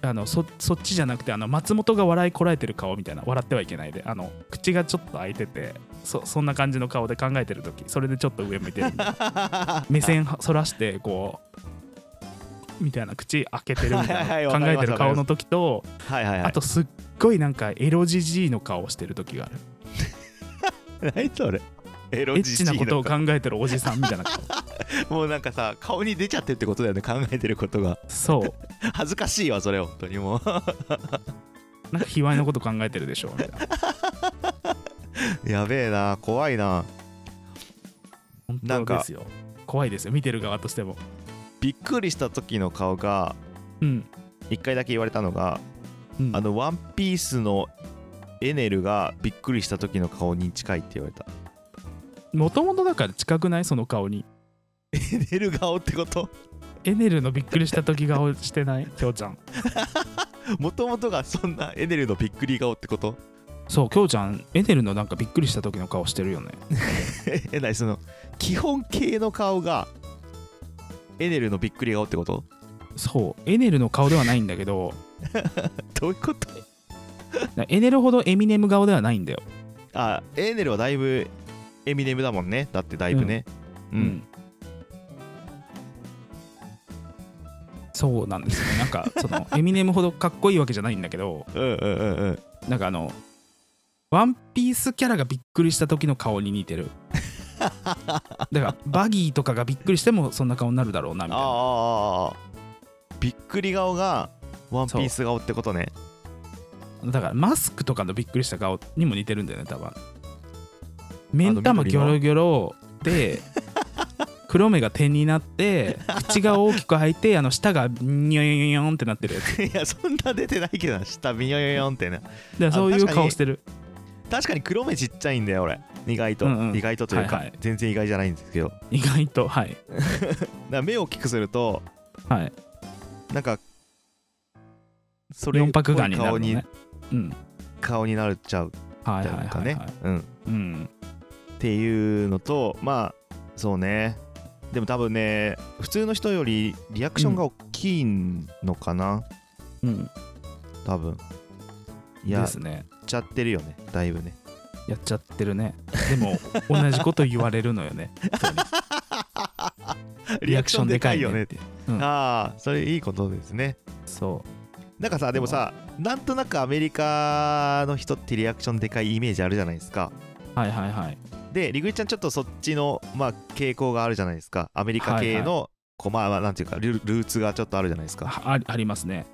[SPEAKER 1] あのそそっちじゃなくてあの松本が笑いこらえてる顔みたいな笑ってはいけないであの口がちょっと開いててそそんな感じの顔で考えてる時それでちょっと上向いてる 目線はそらしてこうみたいな口開けてるみた
[SPEAKER 2] はいはい
[SPEAKER 1] い
[SPEAKER 2] わ
[SPEAKER 1] な考
[SPEAKER 2] かり
[SPEAKER 1] え
[SPEAKER 2] ます
[SPEAKER 1] てる顔の時と
[SPEAKER 2] はいはいは
[SPEAKER 1] あとすっごいなんかエロじじいの顔をしてる時がある
[SPEAKER 2] い何それエ
[SPEAKER 1] エ
[SPEAKER 2] ロ
[SPEAKER 1] ッ
[SPEAKER 2] じ
[SPEAKER 1] チ
[SPEAKER 2] じい
[SPEAKER 1] な
[SPEAKER 2] の
[SPEAKER 1] ことを考えてるおじさんみたいな顔
[SPEAKER 2] もうなんかさ顔に出ちゃってるってことだよね考えてることが
[SPEAKER 1] そう
[SPEAKER 2] 恥ずかしいわそれ本当にもう
[SPEAKER 1] なんか卑猥なこと考えてるでし ょみたいな
[SPEAKER 2] やべえな怖いなな
[SPEAKER 1] 本
[SPEAKER 2] ん
[SPEAKER 1] 当
[SPEAKER 2] か
[SPEAKER 1] ですよ怖いですよ見てる側としても
[SPEAKER 2] びっくりした時の顔が
[SPEAKER 1] うん、
[SPEAKER 2] 一回だけ言われたのが
[SPEAKER 1] うん、
[SPEAKER 2] あのワンピースのエネルがびっくりした時の顔に近いって言われた
[SPEAKER 1] もともとだから近くないその顔に
[SPEAKER 2] エネル顔って こと
[SPEAKER 1] エネルのびっくりした時顔して ないきょうちゃん
[SPEAKER 2] もともとがそんなエネルのびっくり顔ってこと
[SPEAKER 1] そうきょうちゃんエネルのなんかびっくりした時の顔してるよね
[SPEAKER 2] えなにその基本形の顔がエネルのびっくり顔ってこと
[SPEAKER 1] そうエネルの顔ではないんだけど
[SPEAKER 2] どういうこと
[SPEAKER 1] エネルほどエミネム顔ではないんだよ、
[SPEAKER 2] あエネルはだいぶエミネムだもんねだってだいぶねうん、
[SPEAKER 1] そうなんですよねなんかそのエミネムほどかっこいいわけじゃないんだけど
[SPEAKER 2] うん、うんうんうん
[SPEAKER 1] なんかあのワンピースキャラがびっくりした時の顔に似て るだからバギーとかがびっくりしてもそんな顔になるだろうなみたいな
[SPEAKER 2] あーあーあーあーびっくり顔がワンピース顔ってことね
[SPEAKER 1] だからマスクとかのびっくりした顔にも似てるんだよね多分目ん玉ギョロギョロ で黒目が点になって口が大きく開いてあの舌がニョヨヨヨンってなってるやつだか
[SPEAKER 2] いやそんな出てないけどな下ビヨヨヨンってね
[SPEAKER 1] らそういう
[SPEAKER 2] 確か
[SPEAKER 1] 顔
[SPEAKER 2] に
[SPEAKER 1] してる
[SPEAKER 2] 確かに黒目ちっちゃいんだよ俺意外と、
[SPEAKER 1] うんうん
[SPEAKER 2] 意外とというか、
[SPEAKER 1] はいはい
[SPEAKER 2] 全然意外じゃないんですけどだか
[SPEAKER 1] 意外とはい
[SPEAKER 2] ら目を大きくすると
[SPEAKER 1] はい
[SPEAKER 2] なんかそれっ
[SPEAKER 1] 4
[SPEAKER 2] ぽ
[SPEAKER 1] 泊
[SPEAKER 2] い
[SPEAKER 1] 眼になる
[SPEAKER 2] 顔
[SPEAKER 1] の
[SPEAKER 2] に,、
[SPEAKER 1] ねうん
[SPEAKER 2] 顔になっちゃう
[SPEAKER 1] はい
[SPEAKER 2] とい
[SPEAKER 1] はいう
[SPEAKER 2] か
[SPEAKER 1] はい
[SPEAKER 2] ね、
[SPEAKER 1] はい
[SPEAKER 2] うん、っ
[SPEAKER 1] うん
[SPEAKER 2] ていうのとまあそうねでも多分ね普通の人よりリアクションが大きいのかな、
[SPEAKER 1] うん
[SPEAKER 2] 多分いや
[SPEAKER 1] で
[SPEAKER 2] やっ
[SPEAKER 1] すね
[SPEAKER 2] ちゃってるよねだいぶね
[SPEAKER 1] やっちゃってるねでも同じこと言われるのよね リアクションでかいよねっ
[SPEAKER 2] リアクショ
[SPEAKER 1] てう
[SPEAKER 2] ンでかいよね
[SPEAKER 1] ん
[SPEAKER 2] ああそれいいことですね
[SPEAKER 1] そ
[SPEAKER 2] なんかさでもさなんとなくアメリカの人ってリアクションでかいイメージあるじゃないですか
[SPEAKER 1] うはいはいはい
[SPEAKER 2] でリグリちゃんちょっとそっちの、まあ、傾向があるじゃないですかアメリカ系の、こうまあまあなんていうかルルーツがちょっとあるじゃないですか
[SPEAKER 1] あありありますね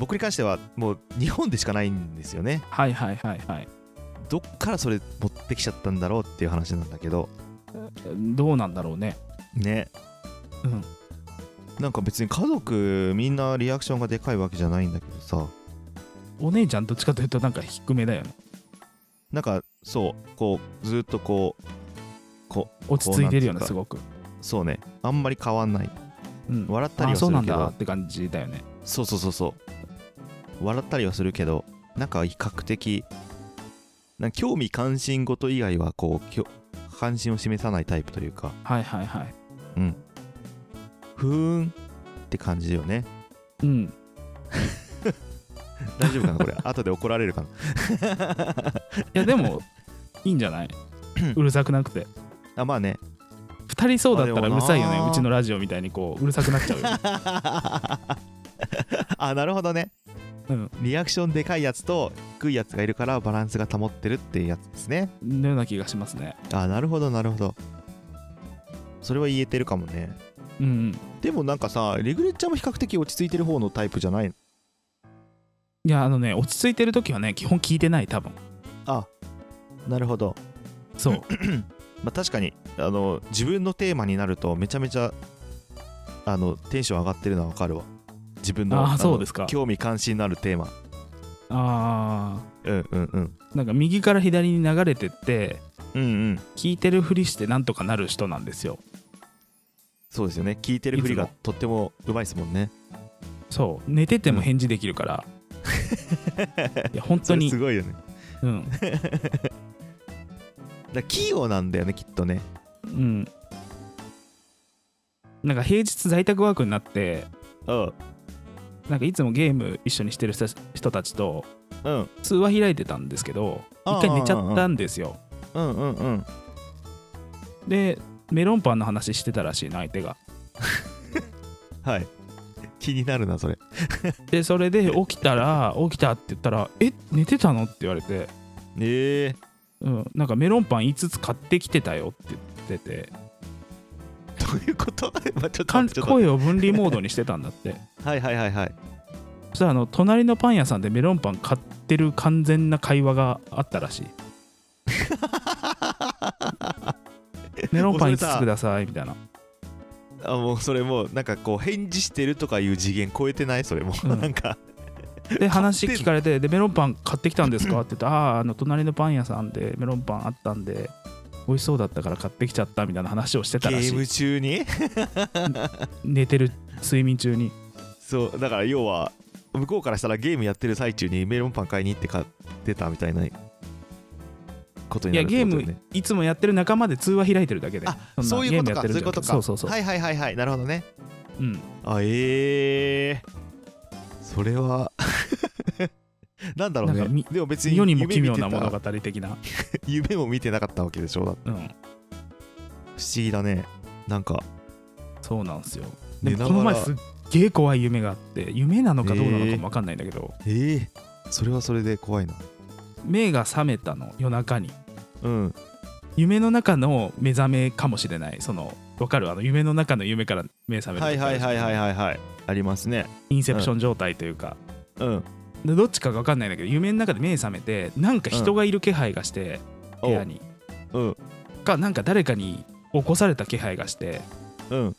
[SPEAKER 2] 僕に関してはもう日本でしかないんですよね
[SPEAKER 1] はいはいはいはい
[SPEAKER 2] どっからそれ持ってきちゃったんだろうっていう話なんだけど
[SPEAKER 1] どうなんだろうね
[SPEAKER 2] ね
[SPEAKER 1] うん
[SPEAKER 2] なんか別に家族みんなリアクションがでかいわけじゃないんだけどさ
[SPEAKER 1] お姉ちゃんどっちかというとなんか低めだよね
[SPEAKER 2] なんかそうこうずっとこうこう
[SPEAKER 1] 落ち着いてるよね
[SPEAKER 2] こうなんて
[SPEAKER 1] す
[SPEAKER 2] いう
[SPEAKER 1] ごく、
[SPEAKER 2] そうねあんまり変わんない
[SPEAKER 1] うん、
[SPEAKER 2] 笑ったりは
[SPEAKER 1] あ
[SPEAKER 2] す
[SPEAKER 1] そうな
[SPEAKER 2] る
[SPEAKER 1] ん
[SPEAKER 2] け
[SPEAKER 1] だっ
[SPEAKER 2] ど
[SPEAKER 1] て感じだよね
[SPEAKER 2] そうそうそうそう笑ったりはするけどなんか比較的なんか興味関心事以外はこうきょ関心を示さないタイプというか
[SPEAKER 1] はいはいはい
[SPEAKER 2] ふーんって感じよね
[SPEAKER 1] うん
[SPEAKER 2] 大丈夫 かなこれ後で怒られるかない
[SPEAKER 1] やでもいいんじゃ ないうるさくなくて
[SPEAKER 2] あま あね
[SPEAKER 1] 2人そうだった
[SPEAKER 2] ま
[SPEAKER 1] ら
[SPEAKER 2] あで
[SPEAKER 1] う
[SPEAKER 2] も
[SPEAKER 1] る
[SPEAKER 2] な
[SPEAKER 1] さいよねうちのラジオみたいにこううるさくなっちゃう よね
[SPEAKER 2] あなるほどね
[SPEAKER 1] うん
[SPEAKER 2] リアクションでかいやつと低いやつがいるからバランスが保ってるっていうやつですね
[SPEAKER 1] のような気がしますね
[SPEAKER 2] あなるほどなるほどそれは言えてるかもね
[SPEAKER 1] うんうん
[SPEAKER 2] でもなんかさリグレッチャーも比較的落ち着いてる方のタイプじゃないの
[SPEAKER 1] いやあのね落ち着いてる時はね基本聞いてない多分
[SPEAKER 2] あなるほど、
[SPEAKER 1] そう
[SPEAKER 2] まあ、確かにあの自分のテーマになるとめちゃめちゃあのテンション上がってるのはわかるわ自分の
[SPEAKER 1] あー
[SPEAKER 2] の
[SPEAKER 1] そうですか
[SPEAKER 2] 興味関心のあるテーマ
[SPEAKER 1] あ
[SPEAKER 2] うんうんうん
[SPEAKER 1] ーなんか右から左に流れてって
[SPEAKER 2] うんうん
[SPEAKER 1] 聞いてるふりしてなんとかなる人なんですよ
[SPEAKER 2] そうですよね聞いてるふり
[SPEAKER 1] い
[SPEAKER 2] が
[SPEAKER 1] つ
[SPEAKER 2] とってもうまいですもんね
[SPEAKER 1] そう寝てても返事できるから、いや本当
[SPEAKER 2] それ
[SPEAKER 1] に
[SPEAKER 2] すごいよね
[SPEAKER 1] うん、
[SPEAKER 2] だから器用なんだよねきっとね
[SPEAKER 1] うん、なんか平日在宅ワークになって
[SPEAKER 2] うん
[SPEAKER 1] なんかいつもゲーム一緒にしてる人人たちと
[SPEAKER 2] うん
[SPEAKER 1] 通話開いてたんですけど一回寝ちゃったんですよ
[SPEAKER 2] うんうんうん
[SPEAKER 1] でメロンパンの話してたらしいな相手が
[SPEAKER 2] はい気になるなそれ
[SPEAKER 1] でそれで起きたら起きたって言ったら「え寝てたの?」って言われて、
[SPEAKER 2] ええ
[SPEAKER 1] うん、なんかメロンパン5つ買ってきてたよって言ってて
[SPEAKER 2] どういうこと まあちょっと
[SPEAKER 1] かん
[SPEAKER 2] 待ってちょっと待っ
[SPEAKER 1] 声を分離モードにしてたんだ って
[SPEAKER 2] てはいはいはいはい
[SPEAKER 1] そしたらあの隣のパン屋さんでメロンパン買ってる完全な会話があったらしいメロンパン5つくださいみた いな、
[SPEAKER 2] あもうそれもうなんかこう返事してるとかいう次元超えてないそれもう、
[SPEAKER 1] うん
[SPEAKER 2] なんか
[SPEAKER 1] で話聞かれてでメロンパン買ってきたんですかって言ったらあーあの隣のパン屋さんでメロンパンあったんで美味しそうだったから買ってきちゃったみたいな話をして
[SPEAKER 2] ゲ
[SPEAKER 1] たらし
[SPEAKER 2] ー
[SPEAKER 1] い
[SPEAKER 2] ム中に
[SPEAKER 1] 寝てる睡眠中に
[SPEAKER 2] そうだから要は向こうからしたらゲームやってる最中にメロンパン買いに行って買ってたみたいなこと
[SPEAKER 1] い
[SPEAKER 2] に
[SPEAKER 1] や
[SPEAKER 2] なるっ
[SPEAKER 1] ゲー
[SPEAKER 2] てことよね
[SPEAKER 1] ムいつもやってる仲間で通話開いてるだけで
[SPEAKER 2] あ
[SPEAKER 1] んな
[SPEAKER 2] そういうこ
[SPEAKER 1] ゲー
[SPEAKER 2] とか
[SPEAKER 1] ムやってるん
[SPEAKER 2] そ
[SPEAKER 1] じゃ
[SPEAKER 2] ういう
[SPEAKER 1] な
[SPEAKER 2] こ
[SPEAKER 1] く
[SPEAKER 2] と
[SPEAKER 1] て
[SPEAKER 2] か
[SPEAKER 1] そうそうそう、
[SPEAKER 2] はいはいはいはいなるほどね
[SPEAKER 1] うん
[SPEAKER 2] あええそれは なんだろう
[SPEAKER 1] なんかみ
[SPEAKER 2] ねでも別に
[SPEAKER 1] 世にも奇
[SPEAKER 2] 夢見
[SPEAKER 1] 妙
[SPEAKER 2] てた
[SPEAKER 1] な物語的な、
[SPEAKER 2] 夢も見てなかったわけでしょだって
[SPEAKER 1] うん、
[SPEAKER 2] 不思議だねなんか
[SPEAKER 1] そうなんですよで
[SPEAKER 2] 寝
[SPEAKER 1] も
[SPEAKER 2] な
[SPEAKER 1] この
[SPEAKER 2] が
[SPEAKER 1] 前
[SPEAKER 2] ら
[SPEAKER 1] すっげえ怖い夢があって夢なのかどうなのかも分かんないんだけど、
[SPEAKER 2] ええそれはそれで怖いな
[SPEAKER 1] 目が覚めたの夜中に
[SPEAKER 2] うん
[SPEAKER 1] 夢の中の目覚めかもしれないそのわかるあの夢の中の夢から目覚める
[SPEAKER 2] はいはいはいはい
[SPEAKER 1] い
[SPEAKER 2] はいはいありますね
[SPEAKER 1] インセプション状態というか、
[SPEAKER 2] うん
[SPEAKER 1] でどっちかが分かんないんだけど夢の中で目覚めてなんか人がいる気配がして、
[SPEAKER 2] お
[SPEAKER 1] 部屋に
[SPEAKER 2] うん
[SPEAKER 1] かなんか誰かに起こされた気配がして
[SPEAKER 2] うん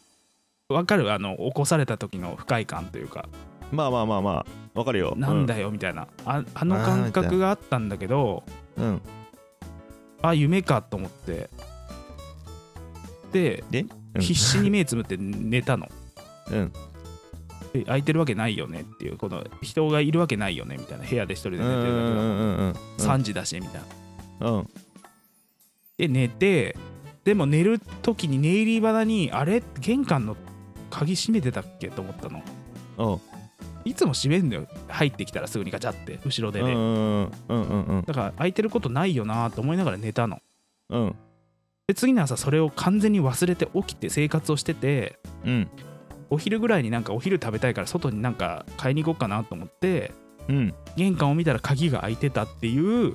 [SPEAKER 1] わかるあの起こされた時の不快感というか
[SPEAKER 2] まあまあまあまあわかるよ
[SPEAKER 1] なんだよみたいな、ああの感覚があったんだけど
[SPEAKER 2] うん、うん
[SPEAKER 1] あ夢かと思ってで
[SPEAKER 2] でうん
[SPEAKER 1] 必死に目つむって寝たの
[SPEAKER 2] うん
[SPEAKER 1] で空いてるわけないよねっていうこの人がいるわけないよねみたいな部屋で一人で寝
[SPEAKER 2] う
[SPEAKER 1] て
[SPEAKER 2] ん
[SPEAKER 1] る
[SPEAKER 2] うん
[SPEAKER 1] だけ
[SPEAKER 2] う
[SPEAKER 1] だから
[SPEAKER 2] んうんうん
[SPEAKER 1] 3時だしみたいな
[SPEAKER 2] うん
[SPEAKER 1] で寝てでも寝る時に寝入り花にあれ玄関の鍵閉めてたっけと思ったの
[SPEAKER 2] おう
[SPEAKER 1] いつも閉めんのよ入ってきたらすぐにガチャって後ろ
[SPEAKER 2] う
[SPEAKER 1] で
[SPEAKER 2] んう
[SPEAKER 1] ね
[SPEAKER 2] んうんうんうん
[SPEAKER 1] だから空いてることないよなと思いながら寝たの
[SPEAKER 2] うん
[SPEAKER 1] で次の朝それを完全に忘れて起きて生活をしてて
[SPEAKER 2] うん
[SPEAKER 1] お昼ぐらいになんかお昼食べたいから外になんか買いに行こうかなと思って
[SPEAKER 2] うん
[SPEAKER 1] 玄関を見たら鍵が開いてたっていう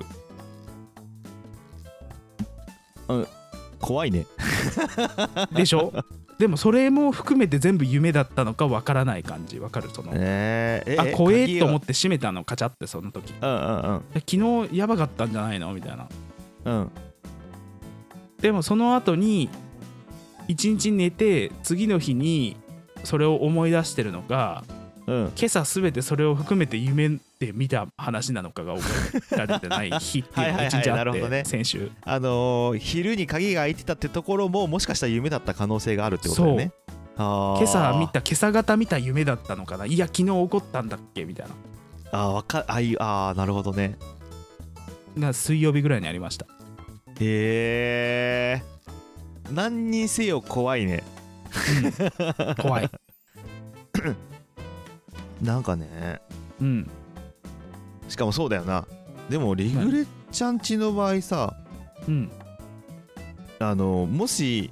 [SPEAKER 2] 怖いね
[SPEAKER 1] でし ょでもそれも含めて全部夢だったのかわからない感じわかるその、
[SPEAKER 2] えー
[SPEAKER 1] あ怖えと思
[SPEAKER 2] っ
[SPEAKER 1] って閉めたのカチャってその時
[SPEAKER 2] うんうん
[SPEAKER 1] 昨日やばかったんじゃないのみたいな
[SPEAKER 2] うんうん
[SPEAKER 1] でもその後に一日寝て次の日にそれを思い出してるのか
[SPEAKER 2] うん
[SPEAKER 1] 今朝全てそれを含めて夢で見た話なのかが覚えられてない日っていうの
[SPEAKER 2] はいはいは
[SPEAKER 1] が
[SPEAKER 2] い
[SPEAKER 1] 一日あ
[SPEAKER 2] なる
[SPEAKER 1] っ
[SPEAKER 2] ほどね
[SPEAKER 1] て先週
[SPEAKER 2] あのー昼に鍵が開いてたってところももしかしたら夢だった可能性があるってことだよね。あー
[SPEAKER 1] 今朝見た今朝方見た夢だったのかないや昨日起こったんだっけみたいな
[SPEAKER 2] あーわかあいあーなるほどね。
[SPEAKER 1] が水曜日ぐらいにありま した
[SPEAKER 2] へえ。何にせよ怖いね。
[SPEAKER 1] 怖い
[SPEAKER 2] なんかね
[SPEAKER 1] うん
[SPEAKER 2] しかもそうだよな。でもリグレちゃんちの場合さ
[SPEAKER 1] うん
[SPEAKER 2] あのもし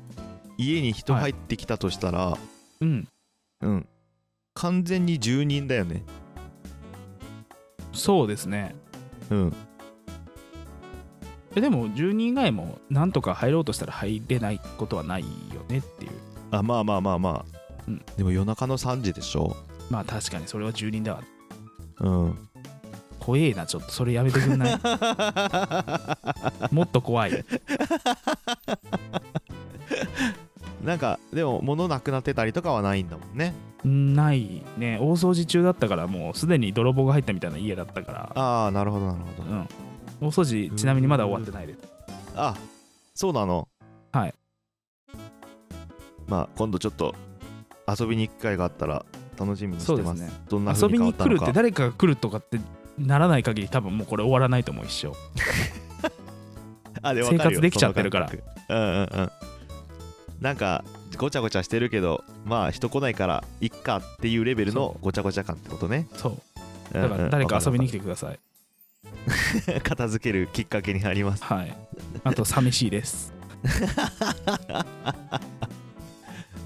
[SPEAKER 2] 家に人入ってきたとしたら、
[SPEAKER 1] うん
[SPEAKER 2] うん完全に住人だよね。
[SPEAKER 1] そうですね
[SPEAKER 2] うん
[SPEAKER 1] えでも10人以外もなんとか入ろうとしたら入れないことはないよねっていう
[SPEAKER 2] あまあまあまあまあ。
[SPEAKER 1] うん
[SPEAKER 2] でも夜中の3時でしょ。
[SPEAKER 1] まあ確かにそれは住人だわ
[SPEAKER 2] うん。
[SPEAKER 1] 怖えなちょっとそれやめてくん ないもっと怖い
[SPEAKER 2] なんかでも物なくなってたりとかはないんだもんね
[SPEAKER 1] ないね大掃除中だったからもうすでに泥棒が入ったみたいな家だったから
[SPEAKER 2] ああなるほどなるほ
[SPEAKER 1] う
[SPEAKER 2] ど
[SPEAKER 1] ん大掃除ちなみにまだ終わってないです
[SPEAKER 2] あそうなの
[SPEAKER 1] はい
[SPEAKER 2] まあ今度ちょっと遊びに行く機会があったら楽しみにして
[SPEAKER 1] そ
[SPEAKER 2] ます
[SPEAKER 1] うですね
[SPEAKER 2] どんな風
[SPEAKER 1] 遊び
[SPEAKER 2] に変わ
[SPEAKER 1] に
[SPEAKER 2] った
[SPEAKER 1] 来
[SPEAKER 2] の
[SPEAKER 1] る
[SPEAKER 2] か
[SPEAKER 1] って誰かが来るとかってならない限り多分もうこれ終わらないと思う一生
[SPEAKER 2] あでも
[SPEAKER 1] 生活
[SPEAKER 2] わかよ
[SPEAKER 1] できちゃってるから
[SPEAKER 2] その感覚うんうんうんなんかごちゃごちゃしてるけどまあ人来ないからいっかっていうレベルの
[SPEAKER 1] そ
[SPEAKER 2] ごちゃごちゃ感ってことね
[SPEAKER 1] そう
[SPEAKER 2] うん
[SPEAKER 1] だ
[SPEAKER 2] うん
[SPEAKER 1] から誰か遊びに来て
[SPEAKER 2] わ
[SPEAKER 1] ください
[SPEAKER 2] かるわかる片付けるきっかけになります
[SPEAKER 1] はいあと寂しいです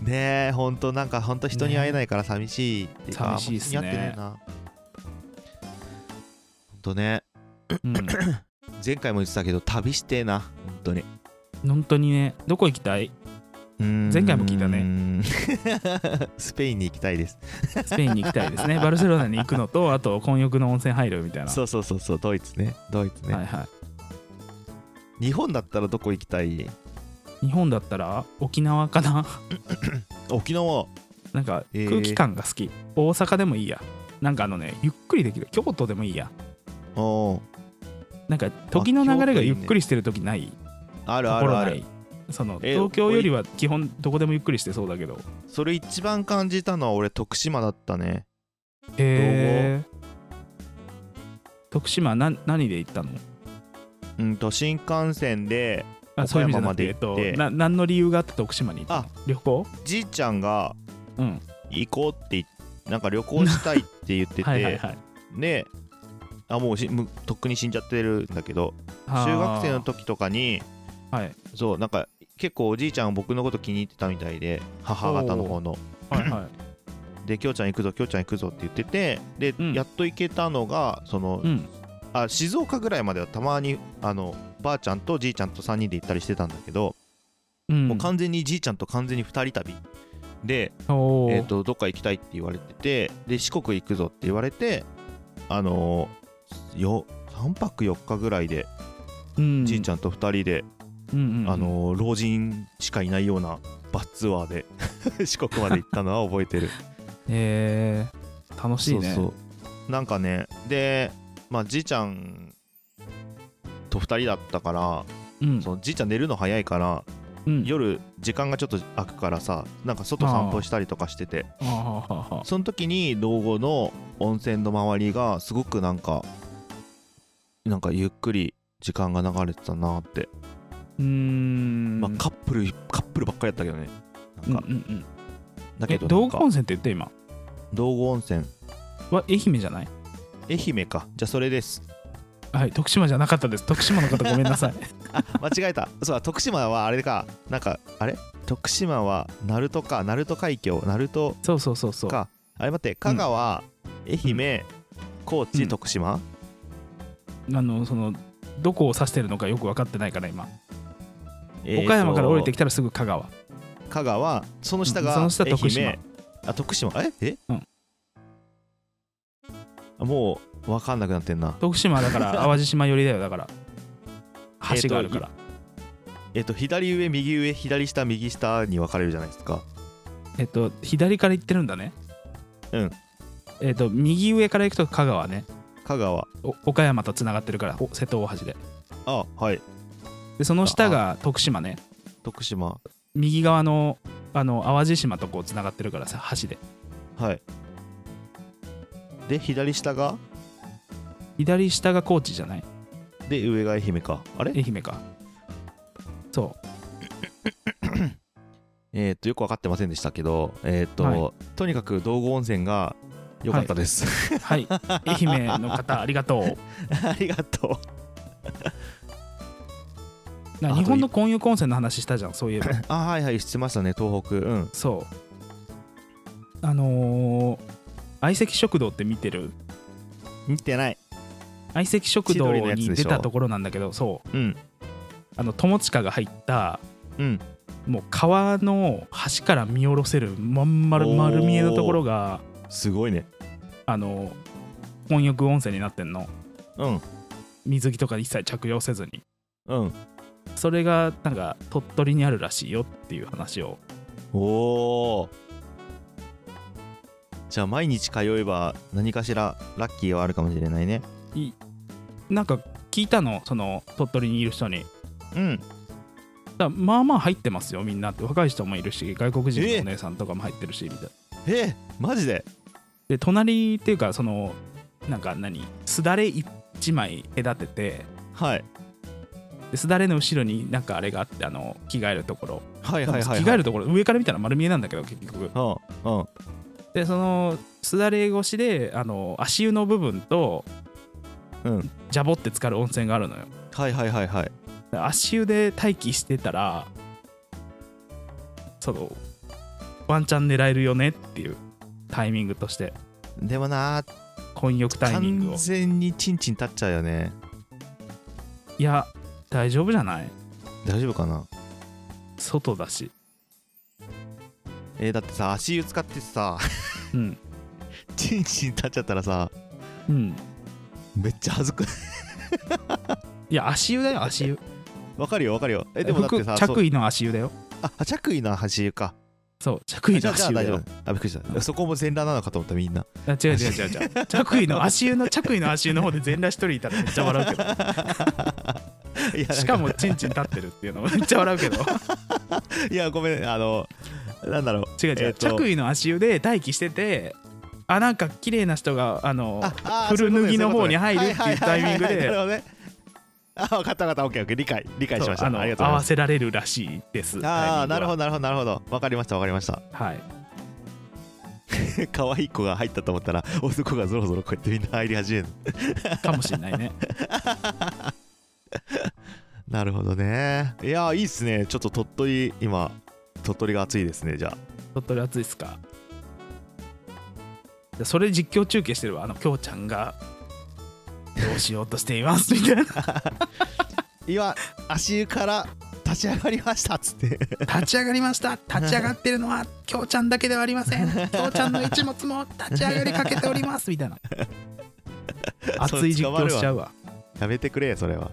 [SPEAKER 2] ねえほんとなんかほんと人に会えないから寂しいっていうか、
[SPEAKER 1] ねえ寂しいっすね
[SPEAKER 2] あんま人に会ってねえなほんとね
[SPEAKER 1] うん
[SPEAKER 2] 前回も言ってたけど旅してえなほんとに
[SPEAKER 1] 本当にねどこ行きたいう
[SPEAKER 2] ーん
[SPEAKER 1] 前回も聞いたね
[SPEAKER 2] うーん スペインに行きたいです
[SPEAKER 1] スペインに行きたい ですねバルセロナに行くのとあと混浴の温泉入るみたいな
[SPEAKER 2] そうそうそうそうドイツねドイツね、
[SPEAKER 1] はいは
[SPEAKER 2] 日本だったらどこ行きたい
[SPEAKER 1] い日本だったら沖縄かな
[SPEAKER 2] 沖縄
[SPEAKER 1] なんか
[SPEAKER 2] えー
[SPEAKER 1] 空気感が好き、大阪でもいいやなんかあのねゆっくりできる京都でもいいや
[SPEAKER 2] おー
[SPEAKER 1] なんか時の流れがゆっくりしてる時ない
[SPEAKER 2] ある
[SPEAKER 1] と
[SPEAKER 2] あ
[SPEAKER 1] こ
[SPEAKER 2] る
[SPEAKER 1] ろ
[SPEAKER 2] あ
[SPEAKER 1] な
[SPEAKER 2] る
[SPEAKER 1] いその
[SPEAKER 2] えー
[SPEAKER 1] 東京よりは基本どこでもゆっくりしてそうだけど
[SPEAKER 2] それ一番感じたのは俺徳島だったね
[SPEAKER 1] へえ徳島な何で行ったの
[SPEAKER 2] うんと新幹線で
[SPEAKER 1] あそういう意味じゃなくてえっ
[SPEAKER 2] 岡山ま
[SPEAKER 1] と
[SPEAKER 2] で行って
[SPEAKER 1] な何の理由があって徳島に行ったの旅行
[SPEAKER 2] じいちゃんが
[SPEAKER 1] うん
[SPEAKER 2] 行こうって言っなんか旅行したいって言ってて
[SPEAKER 1] はいはいはい
[SPEAKER 2] であもうしむとっくに死んじゃってるんだけど
[SPEAKER 1] あー
[SPEAKER 2] 中学生の時とかに
[SPEAKER 1] はい
[SPEAKER 2] そうなんか結構おじいちゃん僕のこと気に入ってたみたいで母方の方の
[SPEAKER 1] はいはい
[SPEAKER 2] で「きょうちゃん行くぞきょうちゃん行くぞ」って言っててで、
[SPEAKER 1] うん
[SPEAKER 2] やっと行けたのがその
[SPEAKER 1] うん
[SPEAKER 2] あ静岡ぐらいまではたまにあのばあちゃんとじいちゃんと3人で行ったりしてたんだけど、
[SPEAKER 1] うん、
[SPEAKER 2] もう完全にじいちゃんと完全に2人旅で、
[SPEAKER 1] おー
[SPEAKER 2] えー、とどっか行きたいって言われててで四国行くぞって言われてあのー、よ3泊4日ぐらいで
[SPEAKER 1] うん、
[SPEAKER 2] じいちゃんと2人で、
[SPEAKER 1] うんうんうん
[SPEAKER 2] あのー老人しかいないようなバスツアーで 四国まで行ったのは覚えて る。
[SPEAKER 1] えー楽しいね
[SPEAKER 2] そうそうなんかねで、まあ、じいちゃんと2人だったから
[SPEAKER 1] うん
[SPEAKER 2] そのじいちゃん寝るの早いから
[SPEAKER 1] うん
[SPEAKER 2] 夜時間がちょっと空くからさなんか外散歩したりとかしてて
[SPEAKER 1] あーはーはーはー
[SPEAKER 2] その時に道後の温泉の周りがすごくなんかなんかゆっくり時間が流れてたなって、
[SPEAKER 1] うーん
[SPEAKER 2] まあ、カップルカップルばっかりやったけどねなんか、
[SPEAKER 1] うんうんうん
[SPEAKER 2] だけ
[SPEAKER 1] え
[SPEAKER 2] どな
[SPEAKER 1] 道
[SPEAKER 2] んか
[SPEAKER 1] 後温泉って言った今
[SPEAKER 2] 道後温泉
[SPEAKER 1] は愛媛じゃない
[SPEAKER 2] 愛媛かじゃあそ れです
[SPEAKER 1] はい徳島じゃなかったです徳島の方ごめんなさい
[SPEAKER 2] 間違えたそうだ徳島はあれかなんかあれ徳島は鳴門か鳴門海峡鳴門
[SPEAKER 1] そうそうそうそう
[SPEAKER 2] かあれ待って香川、愛媛高知、
[SPEAKER 1] うん
[SPEAKER 2] 徳島
[SPEAKER 1] あのそのどこを指してるのかよく分かってないから今、
[SPEAKER 2] えーと
[SPEAKER 1] 岡山から降りてきたらすぐ香川
[SPEAKER 2] 香川その下が
[SPEAKER 1] うんその下
[SPEAKER 2] 愛媛
[SPEAKER 1] 徳島
[SPEAKER 2] あ徳島ええ、
[SPEAKER 1] うん
[SPEAKER 2] あもう分かんなくなってんな
[SPEAKER 1] 徳島はだ から淡路島寄りだよだから橋があるから、
[SPEAKER 2] えっ、と左上右上左下右下に分かれるじゃないですか
[SPEAKER 1] えっと左から行ってるんだね
[SPEAKER 2] うん
[SPEAKER 1] えっと右上から行くと香川ね
[SPEAKER 2] 香川
[SPEAKER 1] お岡山とつながってるからお瀬戸大橋で
[SPEAKER 2] あはい
[SPEAKER 1] でその下が徳島ね
[SPEAKER 2] 徳島
[SPEAKER 1] 右側のあの淡路島とこうつながってるからさ橋で
[SPEAKER 2] はいで左下が
[SPEAKER 1] 左下が高知じゃない
[SPEAKER 2] で上が愛媛かあれ
[SPEAKER 1] 愛媛かそ
[SPEAKER 2] えっ、とよく分かってませんでしたけどえっ、と、
[SPEAKER 1] は
[SPEAKER 2] とにかく道後温泉が良かったです、
[SPEAKER 1] うはい愛媛の方ありがとう
[SPEAKER 2] ありがとう
[SPEAKER 1] な
[SPEAKER 2] あと
[SPEAKER 1] 日本の混浴温泉の話したじゃんそう いえば
[SPEAKER 2] あはいはいしてましたね東北うん
[SPEAKER 1] そうあのー相席食堂って見てる
[SPEAKER 2] 見てない
[SPEAKER 1] 相席食堂
[SPEAKER 2] 千鳥のやつ
[SPEAKER 1] に
[SPEAKER 2] でしょ
[SPEAKER 1] 出たところなんだけどそう
[SPEAKER 2] うん
[SPEAKER 1] あの友近が入った
[SPEAKER 2] うん
[SPEAKER 1] もう川の端から見下ろせるまん丸丸見えのところが
[SPEAKER 2] すごいね
[SPEAKER 1] あの混浴温泉になってんの
[SPEAKER 2] うん
[SPEAKER 1] 水着とか一切着用せずに
[SPEAKER 2] うん
[SPEAKER 1] それがなんか鳥取にあるらしいよっていう話を
[SPEAKER 2] おおじゃあ毎日通えば何かしらラッキーはあるかもしれないね
[SPEAKER 1] なんか聞いたのその鳥取にいる人に
[SPEAKER 2] うん
[SPEAKER 1] だまあまあ入ってますよみんなって若い人もいるし外国人のお姉さんとかも入ってるしみたいな
[SPEAKER 2] えー、マジで
[SPEAKER 1] で隣っていうかそのなんか何すだれ一枚隔てて
[SPEAKER 2] はい
[SPEAKER 1] ですだれの後ろになんかあれがあってあの着替えるところ、
[SPEAKER 2] はいはいはい、はい、
[SPEAKER 1] 着替えるところ上から見たら丸見えなんだけど結局
[SPEAKER 2] うんうん
[SPEAKER 1] でそのすだれ越しであの足湯の部分と、
[SPEAKER 2] うん、
[SPEAKER 1] ジャボって浸かる温泉があるのよ
[SPEAKER 2] はいはいはいはい
[SPEAKER 1] 足湯で待機してたらそのワンチャン狙えるよねっていうタイミングとして
[SPEAKER 2] でもなー
[SPEAKER 1] 混浴タイミング
[SPEAKER 2] 完
[SPEAKER 1] を
[SPEAKER 2] 全にチンチン立っちゃうよね
[SPEAKER 1] いや大丈夫じゃない
[SPEAKER 2] 大丈夫かな
[SPEAKER 1] 外だし
[SPEAKER 2] えー、だってさ足湯使ってさ
[SPEAKER 1] うん
[SPEAKER 2] チンチン立っちゃったらさ
[SPEAKER 1] うん
[SPEAKER 2] めっちゃ恥ずくない
[SPEAKER 1] いや足湯だよ足湯
[SPEAKER 2] わかるよわかるよえでもだってさ
[SPEAKER 1] 服着
[SPEAKER 2] そう
[SPEAKER 1] 衣の足湯だよ
[SPEAKER 2] ああ着衣の足湯か
[SPEAKER 1] そう着衣
[SPEAKER 2] じゃ
[SPEAKER 1] の
[SPEAKER 2] あじゃ
[SPEAKER 1] 足湯だ
[SPEAKER 2] あ大丈
[SPEAKER 1] よ
[SPEAKER 2] 夫あびっくりしたそこも全裸なのかと思ったみんな
[SPEAKER 1] あ違う違う違う違う着衣の足湯の着衣の足湯の方で全裸一人いたらめっちゃ笑う けど
[SPEAKER 2] いや
[SPEAKER 1] しかもチンチン立ってるっていうの めっちゃ笑うけど
[SPEAKER 2] いやごめんあのなんだろう
[SPEAKER 1] 違う違う、
[SPEAKER 2] えーと
[SPEAKER 1] 着衣の足湯で待機しててあなんか綺麗な人があの古脱ぎの方に入るっていうタイミング
[SPEAKER 2] なるほ
[SPEAKER 1] で
[SPEAKER 2] どねあ分かった分かったオッケーオッケー理解理解しまし
[SPEAKER 1] そう
[SPEAKER 2] た
[SPEAKER 1] あ
[SPEAKER 2] あ
[SPEAKER 1] の
[SPEAKER 2] り
[SPEAKER 1] 合
[SPEAKER 2] がとうございま
[SPEAKER 1] わ
[SPEAKER 2] す
[SPEAKER 1] せられるらしいです
[SPEAKER 2] ああなるほ
[SPEAKER 1] ど
[SPEAKER 2] どなるほどなるほど分かりました分かりました
[SPEAKER 1] はい
[SPEAKER 2] 可愛い子が入ったと思ったら男がぞろぞろこうやってみんな入り始める
[SPEAKER 1] かもしれ ないね
[SPEAKER 2] なるほどねいやいいっすねちょっと鳥取今鳥取が暑いですねじゃ
[SPEAKER 1] 鳥取暑いっすかそれ実況中継してるわあのきょうちゃんがどうしようとしてい ますみたいな
[SPEAKER 2] 今足湯から立ち上がりましたっつって
[SPEAKER 1] 立ち上がりました立ち上がってるのはきょうちゃんだけではありませんきょうちゃんの一物も立ち上がりかけておりますみたい な熱い実況しちゃうわ
[SPEAKER 2] やめてくれそ れは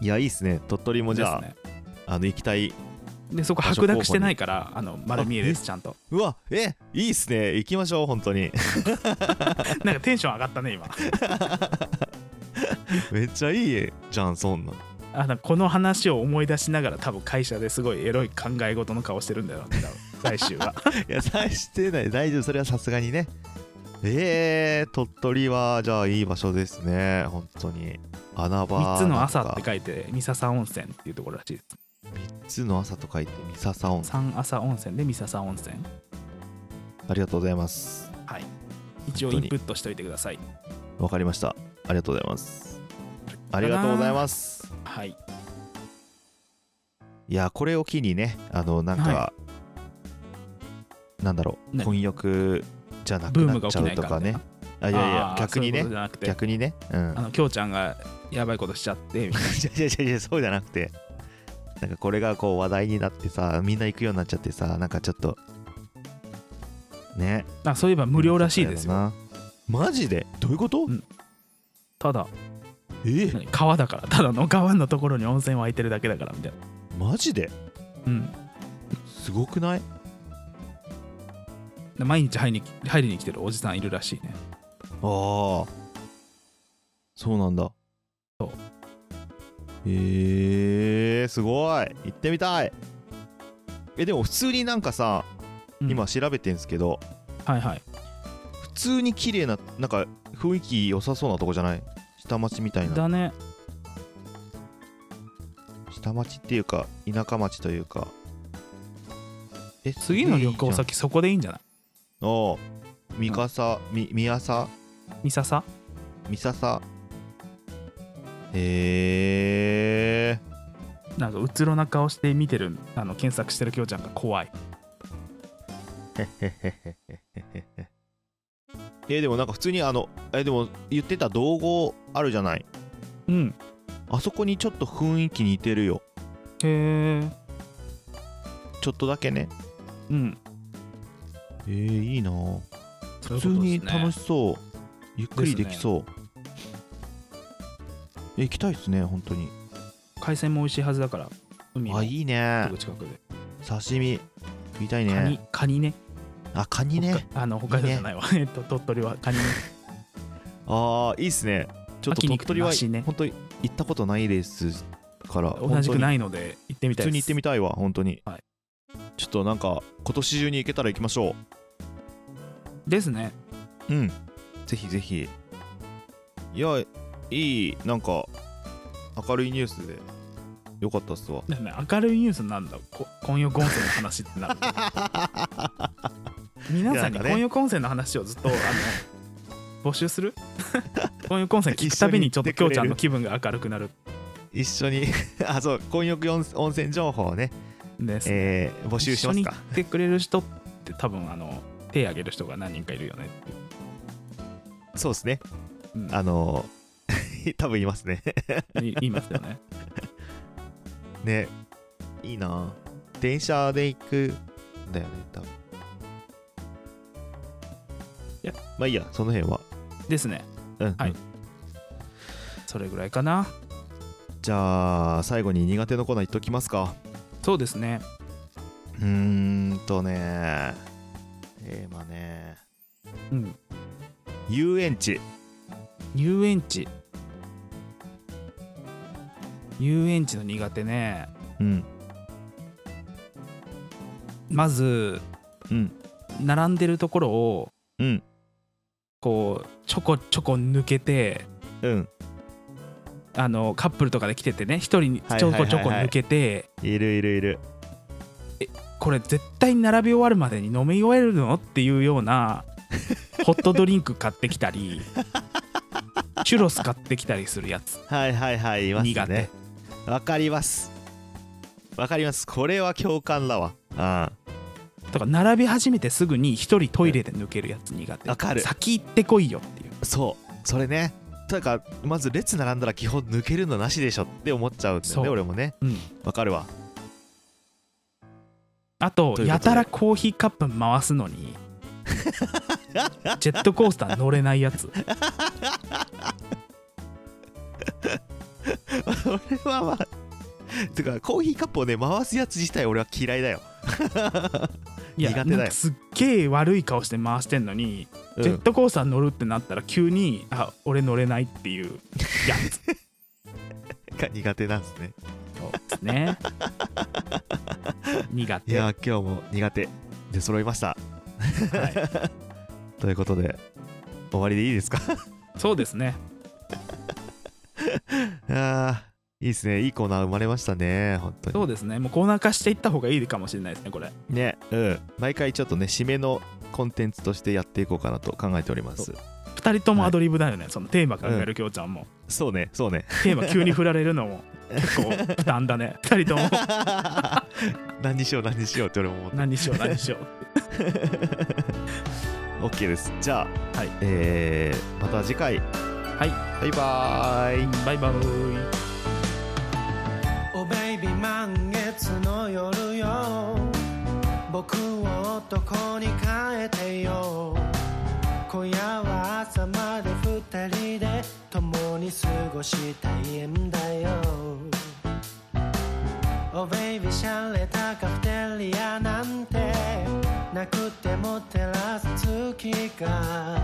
[SPEAKER 2] いやいいっすね鳥取もじゃあ,、
[SPEAKER 1] ですね
[SPEAKER 2] あの行きたい
[SPEAKER 1] でそこ
[SPEAKER 2] 場所
[SPEAKER 1] 白濁してないからあの丸見えですちゃんと
[SPEAKER 2] うわえいいっすね行きましょう本当に
[SPEAKER 1] なんかテンション上がったね今
[SPEAKER 2] めっちゃいいじゃんそんなん
[SPEAKER 1] あのこの話を思い出しながら多分会社ですごいエロい考え事の顔してるんだよね多分来週 は
[SPEAKER 2] いや大してない大丈夫それはさすがにねえー、鳥取はじゃあいい場所ですね本当に穴場
[SPEAKER 1] 3つの朝って
[SPEAKER 2] 書いて
[SPEAKER 1] 書いて三笹温泉っていうところらしいです
[SPEAKER 2] 3つの朝と書いて三笹温泉
[SPEAKER 1] 三朝温泉で三笹温泉
[SPEAKER 2] ありがとうございます
[SPEAKER 1] はい一応イ
[SPEAKER 2] 本当に
[SPEAKER 1] ンプットしておいてください
[SPEAKER 2] わかりましたありがとうございますありがとうございます
[SPEAKER 1] はい
[SPEAKER 2] いやこれを機にねあのなんか、
[SPEAKER 1] は
[SPEAKER 2] なんだろう
[SPEAKER 1] 何
[SPEAKER 2] 混浴じゃなく
[SPEAKER 1] ブー
[SPEAKER 2] な
[SPEAKER 1] ム
[SPEAKER 2] っ
[SPEAKER 1] が起
[SPEAKER 2] ちゃ
[SPEAKER 1] き
[SPEAKER 2] う
[SPEAKER 1] ない
[SPEAKER 2] と
[SPEAKER 1] か
[SPEAKER 2] からね
[SPEAKER 1] ね
[SPEAKER 2] あいやいや
[SPEAKER 1] あー
[SPEAKER 2] 逆に
[SPEAKER 1] そういうこと
[SPEAKER 2] ね
[SPEAKER 1] じゃなくて
[SPEAKER 2] 逆にねうん
[SPEAKER 1] あのきょうちゃんがやばいことしちゃってみたいな
[SPEAKER 2] いやいやいやそうじゃなくてなんかこれがこう話題になってさみんな行くようになっちゃってさなんかちょっとね
[SPEAKER 1] あそういえば無料らしい ですよ
[SPEAKER 2] なマジでどういうこと、
[SPEAKER 1] うんただ
[SPEAKER 2] え
[SPEAKER 1] 何川だからただの川のところに温泉湧いてるだけだからみたいな
[SPEAKER 2] マジで
[SPEAKER 1] うん
[SPEAKER 2] すごくない
[SPEAKER 1] で毎日入りに入りに来てるおじさんいるらしいね
[SPEAKER 2] ああそうなんだ
[SPEAKER 1] そう
[SPEAKER 2] えー、すごい行ってみたいえでも普通になんかさ、
[SPEAKER 1] うん
[SPEAKER 2] 今調べてんすけど
[SPEAKER 1] はいはい
[SPEAKER 2] 普通に綺麗ななんか雰囲気良さそうなとこじゃない下町みたいな
[SPEAKER 1] だね
[SPEAKER 2] 下町っていうか田舎町というかえ
[SPEAKER 1] 次の旅行先そこでいいんじゃない
[SPEAKER 2] の三笠み宮さ
[SPEAKER 1] 三笹
[SPEAKER 2] 三笹へえ
[SPEAKER 1] なんかうつろな顔して見てるあの検索してるきょうちゃんが怖い
[SPEAKER 2] えでもなんか普通にあのえでも言ってた道後あるじゃない
[SPEAKER 1] うん
[SPEAKER 2] あそこにちょっと雰囲気似てるよ
[SPEAKER 1] へえ
[SPEAKER 2] ちょっとだけね
[SPEAKER 1] うん
[SPEAKER 2] えー、いいなぁ
[SPEAKER 1] 普
[SPEAKER 2] 普通に楽しそうゆっくりできそうえ行きたいですね本当に
[SPEAKER 1] 海鮮も美味しいはずだから海の
[SPEAKER 2] あ
[SPEAKER 1] す
[SPEAKER 2] いいね
[SPEAKER 1] ぐ近くで、
[SPEAKER 2] 刺身食いたい
[SPEAKER 1] カニ
[SPEAKER 2] ね
[SPEAKER 1] カニね
[SPEAKER 2] あカニね
[SPEAKER 1] 北あの北海道じゃないわ、 えっと鳥取はカニね
[SPEAKER 2] あーいいっすねちょっと
[SPEAKER 1] 秋に行
[SPEAKER 2] 鳥
[SPEAKER 1] くと
[SPEAKER 2] 取は
[SPEAKER 1] 梨ね
[SPEAKER 2] 本当に行ったことないですから
[SPEAKER 1] 同じくないいので行ってみ
[SPEAKER 2] 普
[SPEAKER 1] たい
[SPEAKER 2] 通
[SPEAKER 1] です
[SPEAKER 2] に行ってみたいわ本当に、
[SPEAKER 1] はい
[SPEAKER 2] ちょっとなんか今年中に行けたら行きましょ
[SPEAKER 1] ですね
[SPEAKER 2] ううんぜひぜひいやいいなんか明るいニュースでよかったっすわ
[SPEAKER 1] だからね明るいニュースになんだこ混浴温泉の話ってなる皆さん
[SPEAKER 2] い
[SPEAKER 1] に
[SPEAKER 2] やなんかね
[SPEAKER 1] 混浴温泉の話をずっとあの募集 する混浴温泉聞くたびにちょっときょうちゃんの気分が明るくなる
[SPEAKER 2] 一緒に あそう混浴温温泉情報をね、
[SPEAKER 1] んです、
[SPEAKER 2] えー、募集し
[SPEAKER 1] 一緒
[SPEAKER 2] ます
[SPEAKER 1] に
[SPEAKER 2] か
[SPEAKER 1] 行ってくれる人って多分あの手挙げる人が何人かいるよねっていう
[SPEAKER 2] そうですね
[SPEAKER 1] うん
[SPEAKER 2] あのー 多分いますね
[SPEAKER 1] い言いますよ ね。
[SPEAKER 2] ねいいな電車で行くんだよね多分いやまあいいやその辺は
[SPEAKER 1] ですね。
[SPEAKER 2] うん、うん
[SPEAKER 1] はいそれぐらいかな。
[SPEAKER 2] じゃあ最後に苦手のコーナー言っときますか
[SPEAKER 1] そうですね。
[SPEAKER 2] うーんとねえー、まあね
[SPEAKER 1] うん。
[SPEAKER 2] 遊園地
[SPEAKER 1] 遊園地。遊園地の苦手ね。
[SPEAKER 2] うん
[SPEAKER 1] まず、
[SPEAKER 2] うん
[SPEAKER 1] 並んでるところを、
[SPEAKER 2] うん
[SPEAKER 1] こう、ちょこちょこ抜けて、
[SPEAKER 2] うん
[SPEAKER 1] あの、カップルとかで来ててね、一人に
[SPEAKER 2] はい
[SPEAKER 1] ち
[SPEAKER 2] は
[SPEAKER 1] ょ
[SPEAKER 2] いはいは
[SPEAKER 1] こ
[SPEAKER 2] い
[SPEAKER 1] ちょこ抜けて、
[SPEAKER 2] いるいるいる
[SPEAKER 1] これ絶対並び終わるまでに飲み終えるのっていうよう な、ホットドリンク買ってきたり、チュロス買ってきたりするやつ。
[SPEAKER 2] はいはいはいいます
[SPEAKER 1] 苦手
[SPEAKER 2] ねわかりますわかりますこれは共感だわあ
[SPEAKER 1] とか並び始めてすぐに一人トイレで抜けるやつ苦手
[SPEAKER 2] わかる
[SPEAKER 1] 先行ってこいよっていう
[SPEAKER 2] そうそれねだからまず列並んだら基本抜けるのなしでしょって思っちゃうんだよ
[SPEAKER 1] そう
[SPEAKER 2] ね俺もね
[SPEAKER 1] うん
[SPEAKER 2] わかるわ
[SPEAKER 1] あと
[SPEAKER 2] ということで
[SPEAKER 1] やたらコーヒーカップ回すのにジェットコースター乗れないやつ
[SPEAKER 2] 俺はまあてかコーヒーカップをね回すやつ自体俺は嫌いだよ、
[SPEAKER 1] いや
[SPEAKER 2] 苦手だよ
[SPEAKER 1] なんかすっげえ悪い顔して回してんのに、
[SPEAKER 2] うん
[SPEAKER 1] ジェットコースター乗るってなったら急にあ俺乗れないっていうやつ
[SPEAKER 2] が苦手なんですね
[SPEAKER 1] です ね苦
[SPEAKER 2] い
[SPEAKER 1] 手、
[SPEAKER 2] や
[SPEAKER 1] はい、
[SPEAKER 2] ー今日も苦手で揃いました ということで終わりでいいですか
[SPEAKER 1] そうですね
[SPEAKER 2] あーいいですねいいコーナー生まれましたね本当に
[SPEAKER 1] そうですねもうコーナー化していった方がいいかもしれないですねこれ
[SPEAKER 2] ねうん毎回ちょっとね締めのコンテンツとしてやっていこうかなと考えております
[SPEAKER 1] 2人ともアドリブだよね、そのテーマ考えるきょうちゃんも、
[SPEAKER 2] そうねそう ね
[SPEAKER 1] テーマ急に振られるの も結構負担だね2人とも
[SPEAKER 2] 何にしよう何にしようって俺も思った
[SPEAKER 1] 何しよう何しよう
[SPEAKER 2] OK ですじゃあ、
[SPEAKER 1] はい
[SPEAKER 2] えーまた次回
[SPEAKER 1] はい
[SPEAKER 2] バイバーイ
[SPEAKER 1] バイバイ
[SPEAKER 3] おベイビー満月の夜よ僕を男に変えてよ今夜は朝まで二人で共に過ごしたいんだよおベイビーシャレたカフェテリアなんてなくても照らす月が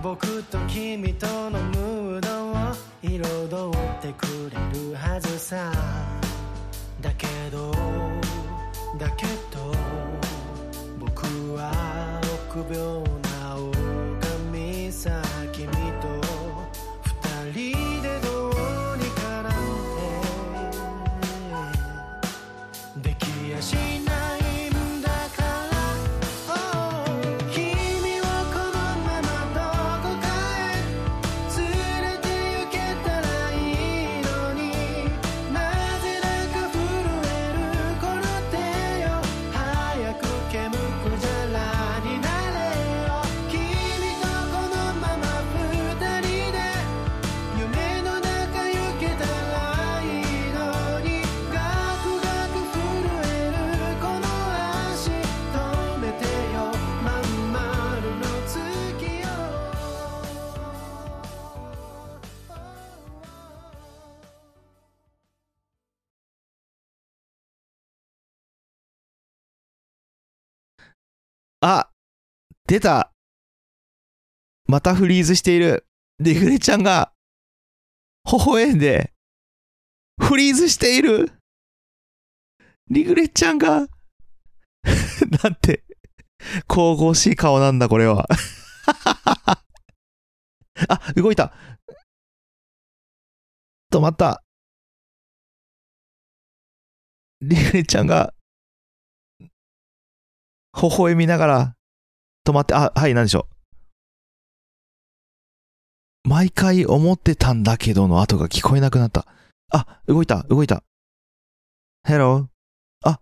[SPEAKER 3] 僕と君とのムードを彩ってくれるはずさだけどだけど僕は臆病な狼さ君と二人でどうにかなんてできやしないんだから「君はこのままどこかへ」「連れて行けたらいいのに」「なぜだか震えるこの手よ」「早く煙くじゃらになれよ」「君とこのまま二人で」「夢の中行けたらいいのに」「ガクガク震えるこの足」「止めてよまんまるの月よ」
[SPEAKER 2] あ出たまたフリーズしているリグレちゃんが微笑んでフリーズしているリグレちゃんが なんて神々しい顔なんだこれは あ動いた止まったリグレちゃんが微笑みながら、止まって、あ、はい、何でしょう。毎回思ってたんだけどの後が聞こえなくなった。あ、動いた、動いた。Hello? あ、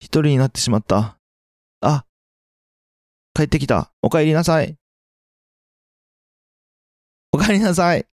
[SPEAKER 2] 一人になってしまった。あ、帰ってきた。お帰りなさい。お帰りなさい。